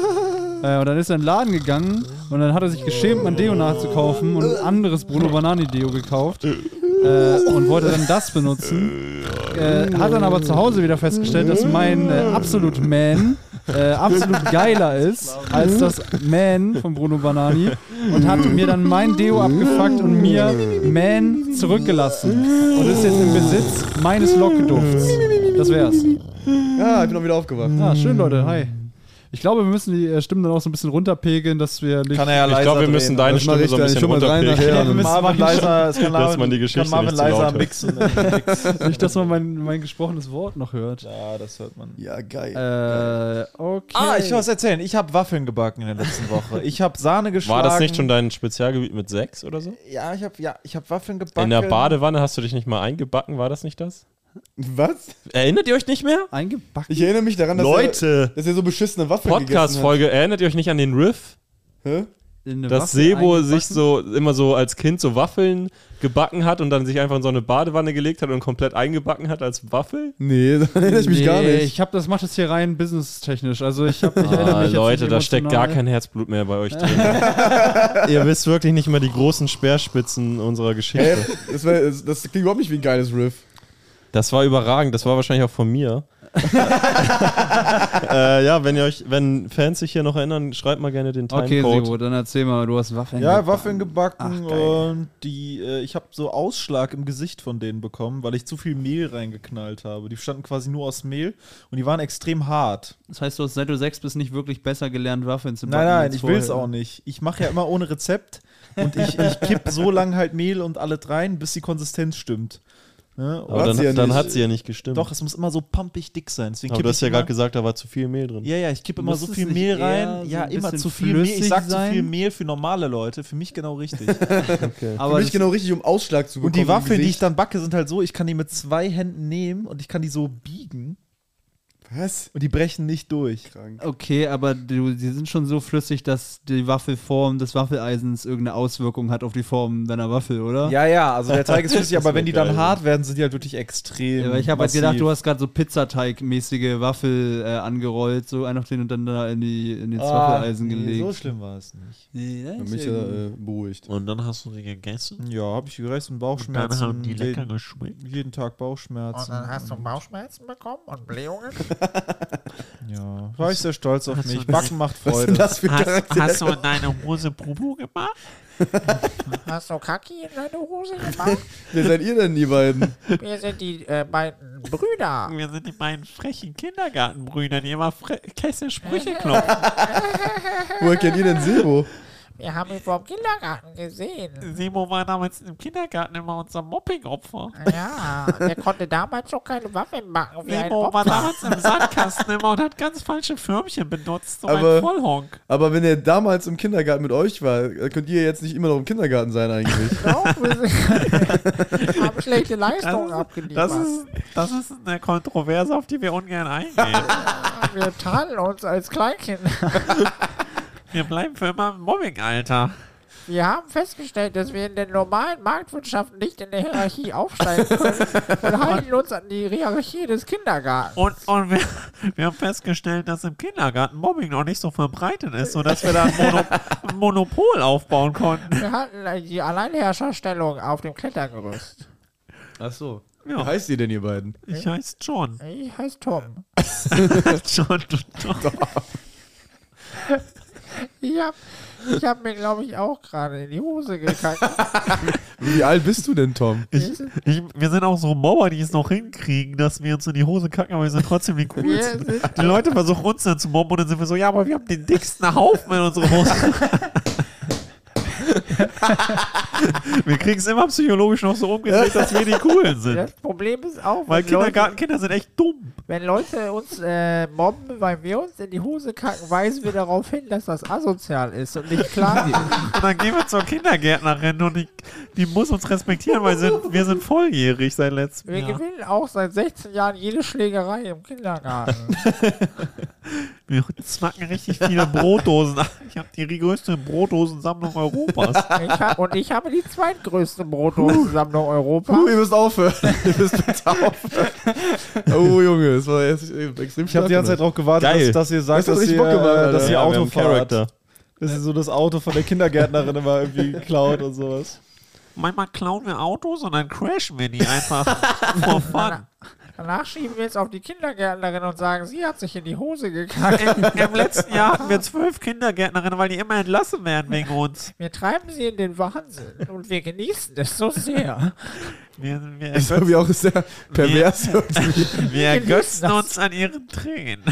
S2: Äh, und dann ist er in den Laden gegangen und dann hat er sich geschämt, mein Deo nachzukaufen und ein anderes Bruno Banani Deo gekauft äh, und wollte dann das benutzen. Äh, hat dann aber zu Hause wieder festgestellt, dass mein äh, absolut Man äh, absolut geiler ist als das Man von Bruno Banani und hat mir dann mein Deo abgefuckt und mir Man zurückgelassen und ist jetzt im Besitz meines Lockdufts. Das wär's.
S1: Ja, Ah, ich bin auch wieder aufgewacht.
S2: Ja, schön, Leute. Hi. Ich glaube, wir müssen die äh, Stimmen dann auch so ein bisschen runterpegeln, dass wir nicht.
S8: Kann er ja leiser
S3: Ich glaube, wir
S8: drehen.
S3: müssen deine
S1: Das mach
S3: Stimme
S1: ich
S3: so ein
S1: dann. Ich
S3: bisschen
S1: hol mal rein
S3: runterpegeln.
S1: nachher.
S2: müssen
S8: Marvin leiser, es kann
S3: Dass
S8: Marvin,
S3: man die
S8: kann
S3: Geschichte
S8: Marvin
S3: nicht zu
S8: leiser
S3: laut hört.
S8: mixen. im Mix.
S2: Nicht, dass man mein, mein gesprochenes Wort noch hört.
S8: ja, das hört man.
S1: Ja, geil.
S2: Äh, okay.
S11: Okay.
S5: Ah, ich muss erzählen. Ich habe Waffeln gebacken in der letzten Woche. Ich habe Sahne geschlagen.
S3: War das nicht schon dein Spezialgebiet mit sechs oder so?
S5: Ja, ich habe ja, ich hab Waffeln gebacken.
S3: In der Badewanne hast du dich nicht mal eingebacken, war das nicht das?
S1: Was?
S3: Erinnert ihr euch nicht mehr?
S2: Eingebacken.
S1: Ich erinnere mich daran, dass,
S3: Leute!
S1: er, dass er so beschissene Waffen gegessen hat.
S3: Podcast-Folge, erinnert ihr euch nicht an den Riff?
S1: Hä?
S2: In eine
S3: Dass
S2: Waffe
S3: Sebo
S2: eingebacken?
S3: sich so immer so als Kind so Waffeln gebacken hat und dann sich einfach in so eine Badewanne gelegt hat und komplett eingebacken hat als Waffel?
S1: Nee, daran erinnere ich mich gar
S2: Nee,
S1: nicht.
S2: Ich hab, das macht das hier rein businesstechnisch. Also ich hab, ich erinnere
S3: Ah,
S2: mich jetzt
S3: Leute,
S2: nicht
S3: da steckt
S2: emotional.
S3: gar kein Herzblut mehr bei euch drin. ihr wisst wirklich nicht mal die großen Speerspitzen unserer
S1: Hä?
S3: Geschichte.
S1: das, war, das, das klingt überhaupt nicht wie ein geiles Riff.
S3: Das war überragend, das war wahrscheinlich auch von mir. äh, ja, wenn ihr euch, wenn Fans sich hier noch erinnern, schreibt mal gerne den
S2: Okay,
S3: Timecode.
S2: Sebo, dann erzähl mal, du hast Waffeln
S5: Ja,
S2: gebacken.
S5: Waffeln gebacken
S2: Ach, geil.
S5: und die, äh, ich habe so Ausschlag im Gesicht von denen bekommen, weil ich zu viel Mehl reingeknallt habe. Die standen quasi nur aus Mehl und die waren extrem hart.
S2: Das heißt, du hast seit du sechs bist nicht wirklich besser gelernt, Waffeln zu backen.
S5: Nein, nein,
S2: als
S5: ich will es
S2: vorher.
S5: auch nicht. Ich mache ja immer ohne Rezept und ich, ich kipp so lange halt Mehl und alles rein, bis die Konsistenz stimmt. Ne?
S3: Aber
S1: Hat
S3: dann,
S1: sie ja
S3: dann
S1: nicht.
S3: hat sie ja nicht gestimmt.
S5: Doch, es muss immer so pumpig dick sein. Deswegen
S3: Aber
S5: kipp
S3: du hast
S5: ich
S3: ja
S5: immer-
S3: gerade gesagt, da war zu viel Mehl drin.
S5: Ja, ja, ich kippe immer
S2: Muss
S5: so
S2: es
S5: viel
S2: nicht
S5: Mehl
S2: eher
S5: rein.
S2: so
S5: Ja,
S2: ein
S5: immer
S2: bisschen
S5: zu viel Mehl. Ich
S2: flüssig
S5: sag zu
S2: sein?
S5: viel Mehl für normale Leute. Für mich genau richtig.
S2: Aber
S1: Für mich
S2: das-
S1: genau richtig, um Ausschlag zu bekommen.
S5: Und die
S1: im
S5: Waffeln, die ich
S1: Gesicht.
S5: dann backe, sind halt so, ich kann die mit zwei Händen nehmen und ich kann die so biegen
S1: Was?
S5: und die brechen nicht durch.
S1: Krank.
S2: Okay, aber du, die sind schon so flüssig, dass die Waffelform des Waffeleisens irgendeine Auswirkung hat auf die Form deiner Waffel, oder?
S5: Ja, ja, also der Teig ist flüssig, aber wenn die dann
S3: geil.
S5: hart werden, sind die halt wirklich extrem.
S2: Aber ich habe halt gedacht,
S5: massiv.
S2: du hast gerade so Pizzateig-mäßige Waffel äh, angerollt, so einfach den und dann da in, die, in ins Waffeleisen gelegt.
S5: Ah, So schlimm war es nicht.
S2: Nee, das
S1: Für
S2: ist
S1: mich
S2: ja gut.
S1: äh, beruhigt.
S12: Und dann hast du sie gegessen.
S5: Ja, habe ich gerecht und Bauchschmerzen.
S12: Dann
S11: Mm,
S12: haben die
S5: jeden-
S12: lecker Oh, geschmeckt.
S5: jeden Tag Bauchschmerzen.
S11: du Bauchschmerzen bekommen und Blähungen?
S5: ja, war ich sehr stolz auf
S12: Hast du
S5: mich.
S12: das-
S5: Backen macht
S1: Was ist denn
S5: Freude.
S1: das für
S12: Hast,
S1: Charakter?
S12: hast du in deine Hose Bubu gemacht?
S11: Hast du Kaki in deine Hose gemacht?
S1: Wer seid ihr denn, die beiden?
S11: Wir sind die äh, beiden Brüder.
S12: Wir sind die beiden frechen Kindergartenbrüder, die immer fre- kesse Sprüche klopfen.
S1: Woher kennt ihr denn Silbo?
S11: Wir haben ihn vom Kindergarten gesehen.
S12: Simo war damals im Kindergarten immer unser Mobbing-Opfer.
S11: Ja, der konnte damals schon keine Waffeln backen wie ein
S12: Simo war
S11: Opfer.
S12: damals im Sandkasten immer und hat ganz falsche Förmchen benutzt. So
S1: Aber-
S12: ein Vollhonk.
S1: Aber wenn er damals im Kindergarten mit euch war, könnt ihr jetzt nicht immer noch im Kindergarten sein eigentlich.
S11: Doch, ne? wir sind- haben schlechte Leistungen
S12: Das ist, das,
S11: abgeliefert.
S12: ist, das ist eine Kontroverse, auf die wir ungern eingehen.
S11: Wir tarnen uns als Kleinkinder.
S12: Wir bleiben für immer im Mobbing-Alter.
S11: Wir haben festgestellt, dass wir in den normalen Marktwirtschaften nicht in der Hierarchie aufsteigen können und halten uns an die Hierarchie des Kindergartens.
S12: Und, und wir, wir haben festgestellt, dass im Kindergarten Mobbing noch nicht so verbreitet ist, sodass wir da ein, Mono, ein Monopol aufbauen konnten.
S11: Wir hatten die Alleinherrscherstellung auf dem Klettergerüst.
S2: Ach so.
S1: Wie
S12: Ja,
S1: heißt ihr denn, ihr beiden?
S12: ich heiße John.
S11: Ich heiße Tom.
S12: John und Tom.
S11: Ich hab, ich hab mir, glaube ich, auch gerade in die Hose gekackt.
S1: Wie alt bist du denn, Tom?
S12: Ich, wir sind auch so Mauer, die es noch hinkriegen, dass wir uns in die Hose kacken, aber wir sind trotzdem die
S11: Wir
S12: coolsten.
S11: sind,
S12: Die Leute versuchen uns dann zu mobben und dann sind wir so, ja, aber wir haben den dicksten Haufen in unserer Hose. wir kriegen es immer psychologisch noch so umgedreht, dass wir die Coolen sind.
S11: das Problem ist auch, wenn Leute,
S12: Weil Kindergartenkinder sind echt dumm.
S11: wenn Leute uns äh, mobben, weil wir uns in die Hose kacken, weisen wir darauf hin, dass das asozial ist und nicht klar ist.
S12: Und dann gehen wir zur Kindergärtnerin und die, die muss uns respektieren, weil sind, wir sind volljährig seit letztem
S11: Wir
S12: Jahr.
S11: gewinnen auch seit 16 Jahren jede Schlägerei im Kindergarten.
S12: Wir snacken richtig viele Brotdosen an. Ich habe die größte Brotdosensammlung Europas.
S11: Ich hab, und ich habe die zweitgrößte Brotdosensammlung Europas.
S1: Uh, ihr müsst aufhören. ihr müsst bitte aufhören. Oh, Junge, das war jetzt äh, extrem
S5: Ich habe die ganze Zeit darauf gewartet,
S3: Geil.
S5: dass, dass ihr sagt,
S1: Das hat
S5: dass
S1: richtig
S5: ihr,
S1: Bock gemacht,
S5: äh, dass ihr
S1: Alter.
S3: Ja, wir
S5: Auto
S3: haben Charakter.
S5: fahrt. Dass ihr so das Auto von der Kindergärtnerin immer irgendwie klaut und sowas.
S12: Manchmal klauen wir Autos und dann crashen wir die einfach. For fun.
S11: Danach schieben wir jetzt auf die Kindergärtnerin und sagen, sie hat sich in die Hose gekackt.
S12: Im, Im letzten Jahr hatten wir zwölf Kindergärtnerinnen, weil die immer entlassen werden wegen uns.
S11: Wir treiben sie in den Wahnsinn und wir genießen es so sehr.
S12: Wir, wir,
S1: Das ist irgendwie auch sehr pervers.
S12: wir ergötzen
S11: genießen das.
S12: uns an ihren Tränen.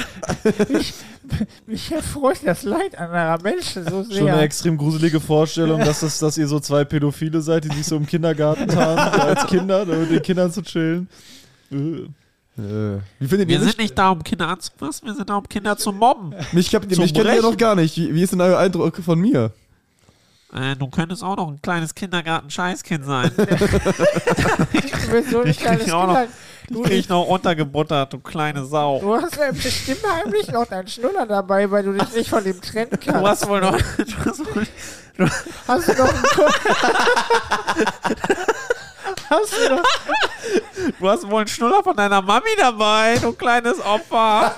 S11: Mich erfreut das Leid anderer Menschen so
S5: Schon eine
S11: sehr.
S5: extrem gruselige Vorstellung, dass, es, dass ihr so zwei Pädophile ne, seid, die sich so im Kindergarten tarnen, so als Kinder, um mit den Kindern zu chillen. Äh.
S1: Wie findet
S12: Wir
S1: ihr mich?
S12: sind nicht da, um Kinder anzufassen, wir sind da, um Kinder zu mobben.
S1: Mich, kennt- mich kennt ihr noch gar nicht. Wie, wie ist denn euer Eindruck von mir?
S12: Äh, du könntest auch noch ein kleines Kindergarten-Scheißkind sein.
S11: Du bist so ein
S12: Ich krieg
S11: kleines
S12: dich auch noch,
S11: Kind.
S12: ich krieg noch untergebuttert, du kleine Sau.
S11: Du hast ja bestimmt heimlich noch deinen Schnuller dabei, weil du dich nicht von dem trennen kannst.
S12: Du hast wohl noch-
S11: Du hast, wohl, hast du noch einen Hast du noch
S12: Du hast wohl einen Schnuller von deiner Mami dabei, du kleines Opfer.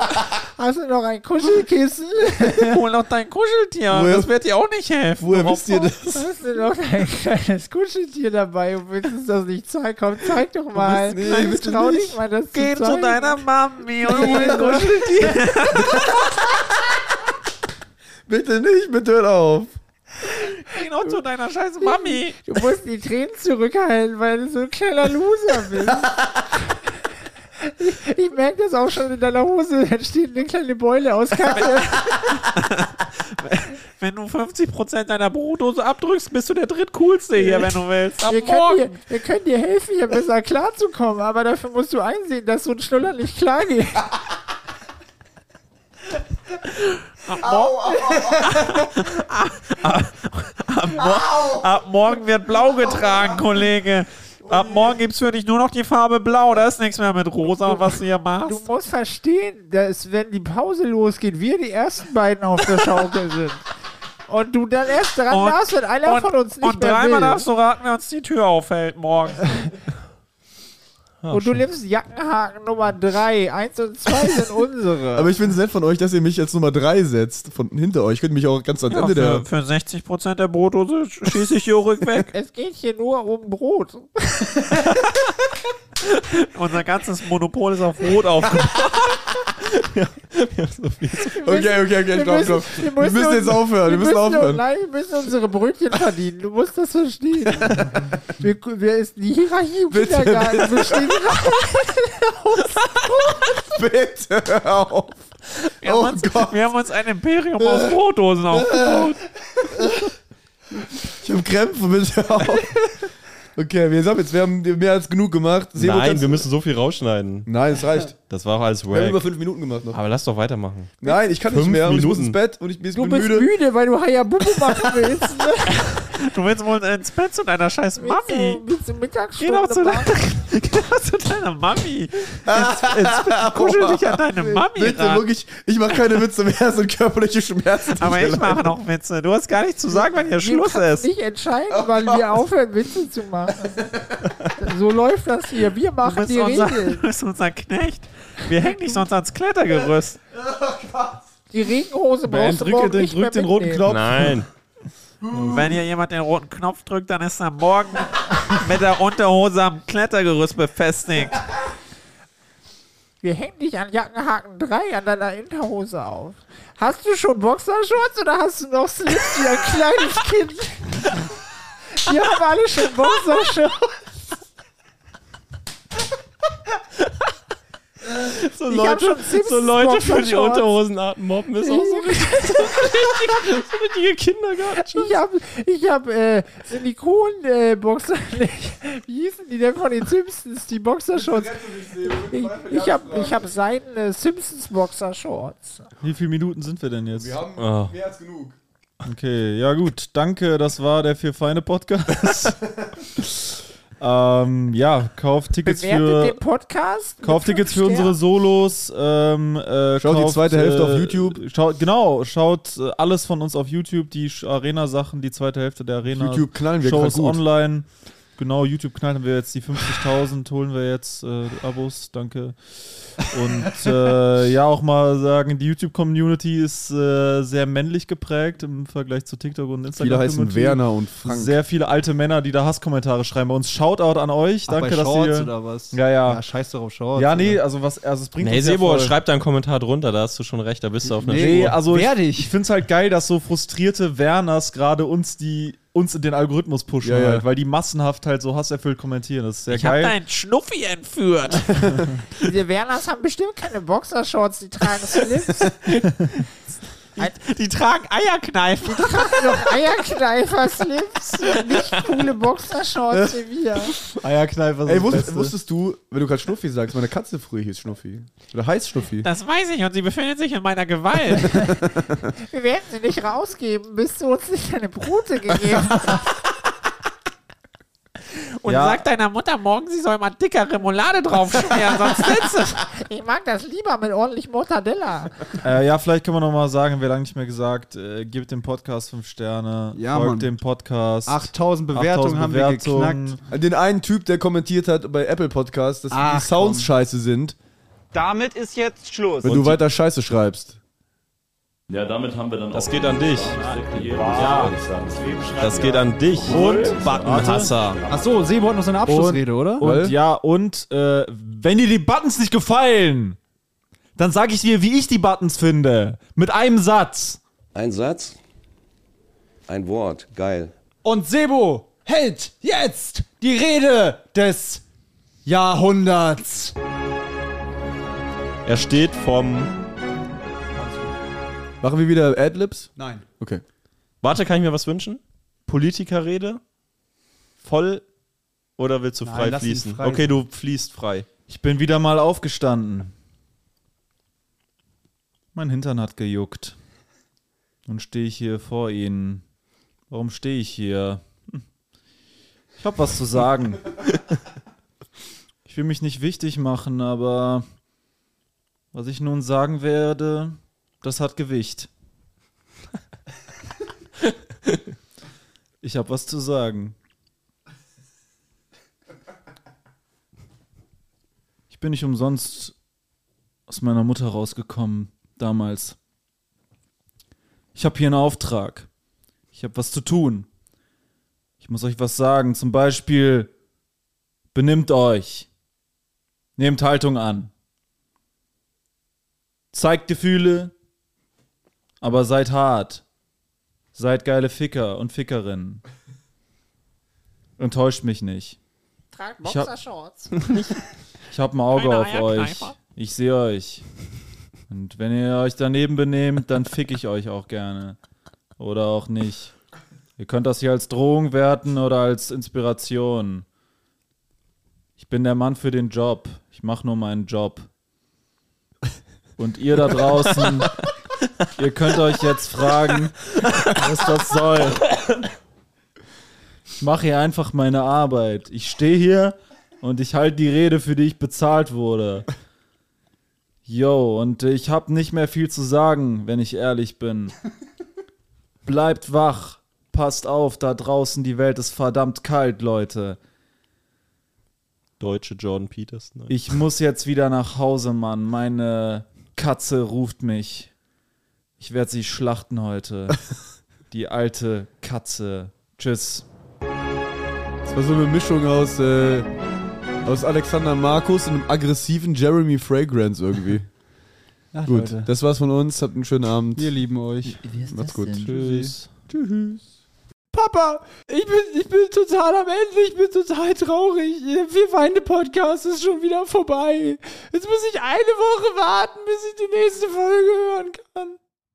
S11: Hast du noch ein Kuschelkissen?
S12: Hol noch dein Kuscheltier,
S11: Woher-
S12: das wird dir auch nicht helfen.
S11: Woher
S12: du
S11: wisst ihr
S12: Opfer.
S11: Hast du noch ein kleines Kuscheltier dabei und willst uns das nicht zeigen? Komm, zeig doch mal.
S12: Nee, bitte
S11: ich trau dich
S12: nicht.
S11: mal, das
S12: Geh
S11: zu
S12: zu
S11: zeigen.
S12: deiner Mami und hol ein Kuscheltier.
S1: Bitte nicht, bitte hört auf.
S12: Geh noch zu deiner scheiß Mami.
S11: Du musst die Tränen zurückhalten, weil du so ein kleiner Loser bist. Ich, ich merke das auch schon in deiner Hose. Da steht eine kleine Beule aus Kacke.
S12: Wenn du 50% deiner Brotdose abdrückst, bist du der drittcoolste hier, wenn du willst. Ab
S11: Wir können, dir,
S12: morgen.
S11: wir können dir helfen, hier besser klarzukommen, aber dafür musst du einsehen, dass so ein Schnuller nicht klar geht.
S12: Ab, mor ab, ab, mor ab morgen wird blau getragen, Kollege. Ab morgen gibt's für dich nur noch die Farbe blau. Da ist nichts mehr mit rosa und was du hier
S11: Du
S12: machst.
S11: musst verstehen, dass wenn die Pause losgeht, wir die ersten beiden auf der Schaukel sind. Und du dann erst dran
S12: Und-
S11: darfst, wenn einer
S12: und-
S11: von uns nicht
S12: Und
S11: mehr
S12: dreimal
S11: will.
S12: darfst du raten, wer uns die Tür aufhält morgen.
S1: Oh,
S11: und du nimmst Jackenhaken Nummer 3. Eins und zwei sind unsere.
S1: Aber ich finde es nett von euch, dass ihr mich als Nummer 3 setzt. Von hinter euch. Ich könnte mich auch ganz ans
S12: Ja,
S1: Ende der.
S12: für, für 60% der Brotdose sch- schieße ich Jorik weg.
S11: Es geht hier nur um Brot.
S12: Unser ganzes Monopol ist auf Rot aufgebaut.
S1: Okay, okay, okay,
S11: Wir
S1: stopp,
S11: müssen-
S1: stopp. Wir müssen
S11: uns-
S1: jetzt aufhören, wir müssen aufhören.
S11: Nein, wir müssen unsere Brötchen verdienen. Du musst das verstehen. wir, wir ist die Hierarchie im
S1: Bitte,
S11: Kindergarten.
S1: bitte.
S11: Wir stehen
S1: Bitte hör auf.
S12: Wir, haben
S11: Oh
S12: uns, wir haben uns ein Imperium aus Brotdosen aufgebaut.
S1: Ich habe Krämpfe, bitte auf. Okay, wir haben jetzt, wir haben mehr als genug gemacht. Sebo,
S3: Nein,
S1: kannst-
S3: wir müssen so viel rausschneiden.
S1: Nein, es reicht.
S3: Das war auch alles
S1: Wir haben über
S3: wack.
S1: fünf Minuten gemacht noch.
S3: Aber lass doch weitermachen.
S1: Nein, ich kann nicht
S3: Fünf
S1: mehr. Und ich muss
S3: Minuten.
S1: ins Bett und ich bin
S11: Du
S1: müde.
S11: bist müde, weil du Hayabubu machen willst. Ne?
S12: Du willst wohl ins Bett zu deiner scheiß Mami.
S11: Willst du- Willst du
S12: Geh doch zu
S11: Mittagsstunde
S12: deiner,
S11: machen?
S12: geh doch zu deiner Mami. Ins, ins Bett, kuschel dich an deine Mami
S1: Bitte,
S12: ran.
S1: wirklich, ich mache keine Witze mehr, es sind körperliche Schmerzen. die
S12: Aber
S1: mir
S12: ich mache
S1: leiden.
S12: noch Witze. Du hast gar nicht zu sagen, wann hier
S11: Du
S12: Schluss
S11: kannst
S12: ist.
S11: nicht entscheiden, wann wir aufhören, Witze zu machen. So läuft das hier. Wir
S12: Du
S11: machen
S12: bist,
S11: die
S12: unser,
S11: Regeln.
S12: du bist unser Knecht. Wir hängen dich sonst ans Klettergerüst.
S11: Die Regenhose brauchst du morgen nicht mehr mitnehmen.
S3: Nein.
S12: Wenn hier jemand den roten Knopf drückt, dann ist er morgen mit der Unterhose am Klettergerüst befestigt.
S11: Wir hängen dich an Jackenhaken 3 an deiner Interhose auf. Hast du schon Boxershorts oder hast du noch Slips wie ein kleines Kind? Wir haben alle schon Boxershorts.
S3: So
S11: Ich hab
S3: Leute,
S11: schon Simpsons
S3: so Leute für die
S11: Boxershorts.
S3: Unterhosenarten mobben ist auch so richtig. so richtige Kindergarten.
S11: Ich hab, ich hab äh, Silikon-Boxer. Äh, Boxer- nee, wie hießen die denn von den Simpsons, die Boxershorts? Ich, ich hab, ich hab seinen äh, Simpsons-Boxershorts.
S5: Wie viele Minuten sind wir denn jetzt?
S1: Wir haben
S3: Ah.
S1: mehr als genug.
S5: Okay, ja gut, danke, das war der Vier Feine Podcast. ähm, ja, kauft Tickets
S11: Bewertet
S5: für,
S11: den Podcast. mit
S5: kauft Tickets
S11: fünf
S5: für unsere
S11: Sternen.
S5: Solos. Ähm, äh,
S1: Schaut die
S5: kauft,
S1: zweite
S5: äh,
S1: Hälfte auf YouTube.
S5: Schaut, genau, schaut äh, alles von uns auf YouTube, die Sch- Arena-Sachen, die zweite Hälfte der Arena.
S1: YouTube knallen wir
S5: Shows
S1: grad gut.
S5: online. Genau, YouTube knallen wir jetzt die 50.000, holen wir jetzt äh, Abos, danke. Und äh, ja, auch mal sagen, die YouTube-Community ist äh, sehr männlich geprägt im Vergleich zu TikTok und Instagram.
S1: Viele heißen
S5: Community.
S1: Werner und Frank.
S5: Sehr viele alte Männer, die da Hasskommentare schreiben. Bei uns Shoutout an euch.
S2: Ach,
S5: Danke,
S2: bei
S5: dass
S2: Shorts
S5: ihr.
S2: oder was?
S5: Ja, ja.
S2: Ja, scheiß doch auf Shorts. ne?
S5: Ja, nee, also was, also es bringt
S3: Nee,
S5: uns ja
S3: Sebo,
S5: voll.
S3: schreib da einen Kommentar drunter, da hast du schon recht, da bist du auf einer
S5: Nee,
S3: Spur.
S5: also ich,
S2: Werde
S5: ich finde es halt geil, dass so frustrierte Werners gerade uns die uns in den Algorithmus pushen
S1: Ja, ja.
S5: halt, weil die massenhaft halt so hasserfüllt kommentieren. Das ist sehr
S13: Ich hab
S5: geil.
S13: deinen Schnuffi entführt.
S11: Diese Werners haben bestimmt keine Boxershorts, die tragen Slips.
S12: Die, die tragen Eierkneifen.
S11: Die tragen doch Eierkneifer-Slips. Nicht coole Boxershorts wie wir.
S1: Eierkneifer
S2: sind
S1: Ey,
S2: das
S1: wusstest,
S2: Beste.
S1: wusstest du, wenn du gerade Schnuffi sagst, meine Katze früher hieß Schnuffi. Oder heißt Schnuffi.
S12: Das weiß ich und sie befindet sich in meiner Gewalt.
S11: Wir werden sie nicht rausgeben, bis du uns nicht eine Brute gegeben hast.
S12: Und
S11: Ja.
S12: sag deiner Mutter morgen, sie soll mal dicker Remoulade draufschmieren, sonst sitze.
S11: Ich mag das lieber mit ordentlich Mortadella.
S5: Äh, ja, vielleicht können wir nochmal sagen, wir haben lange nicht mehr gesagt, äh, gebt dem Podcast 5 Sterne,
S1: Ja,
S5: folgt
S1: Mann.
S5: dem Podcast.
S2: 8000 Bewertungen haben wir geknackt.
S1: Den einen Typ, der kommentiert hat bei Apple Podcasts, dass
S6: Ach,
S1: die Sounds
S6: komm.
S1: scheiße sind,
S6: Damit ist jetzt Schluss.
S1: wenn du weiter Scheiße schreibst.
S3: Ja, damit haben wir dann Das geht an dich.
S12: Ja.
S3: Das geht an dich. Und Buttonhasser.
S2: Achso, Sebo hat noch seine Abschlussrede,
S5: und,
S2: oder?
S5: Und ja, und äh, wenn dir die Buttons nicht gefallen, dann sage ich dir, wie ich die Buttons finde. Mit einem Satz.
S14: Ein Satz, ein Wort, geil.
S2: Und Sebo hält jetzt die Rede des Jahrhunderts.
S3: Er steht vom.
S1: Machen wir wieder Adlibs?
S2: Nein.
S1: Okay.
S3: Warte, kann ich mir was wünschen? Politikerrede? Voll? Oder willst du
S5: Nein,
S3: frei
S5: lass ihn
S3: fließen?
S5: frei.
S3: Okay, du fließt frei.
S5: Ich bin wieder mal aufgestanden. Mein Hintern hat gejuckt. Nun stehe ich hier vor Ihnen. Warum stehe ich hier? Hm. Ich habe was zu sagen. Ich will mich nicht wichtig machen, aber was ich nun sagen werde, das hat Gewicht. Ich habe was zu sagen. Ich bin nicht umsonst aus meiner Mutter rausgekommen damals. Ich habe hier einen Auftrag. Ich habe was zu tun. Ich muss euch was sagen. Zum Beispiel, benimmt euch. Nehmt Haltung an. Zeigt Gefühle, aber seid hart. Seid geile Ficker und Fickerinnen. Enttäuscht mich nicht.
S11: Tragt
S5: Ich hab-
S11: Boxershorts.
S5: ich habe ein Auge
S11: Keine
S5: auf euch.
S11: Eierkneifer.
S5: Ich sehe euch. Und wenn ihr euch daneben benehmt, dann fick ich euch auch gerne. Oder auch nicht. Ihr könnt das hier als Drohung werten oder als Inspiration. Ich bin der Mann für den Job. Ich mache nur meinen Job. Und ihr da draußen, ihr könnt euch jetzt fragen, was das soll. Ich mache hier einfach meine Arbeit. Ich stehe hier und ich halte die Rede, für die ich bezahlt wurde. Yo, und ich habe nicht mehr viel zu sagen, wenn ich ehrlich bin. Bleibt wach, passt auf, da draußen die Welt ist verdammt kalt, Leute.
S3: Deutsche Jordan Peterson.
S5: Ich muss jetzt wieder nach Hause, Mann. Meine Katze ruft mich. Ich werde sie schlachten heute. Die alte Katze. Tschüss.
S1: Das war so eine Mischung aus, äh, aus Alexander Markus und einem aggressiven Jeremy Fragrance irgendwie.
S2: Ach,
S1: gut,
S2: Leute.
S1: das war's von uns. Habt einen schönen Abend.
S2: Wir lieben euch. Wie ist
S1: Macht's
S2: das
S1: gut.
S2: denn?
S1: Tschüss.
S2: Tschüss. Papa, ich bin, ich bin total am Ende, ich bin total traurig. Wir weine Podcast ist schon wieder vorbei. Jetzt muss ich eine Woche warten, bis ich die nächste Folge hören kann.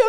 S2: ja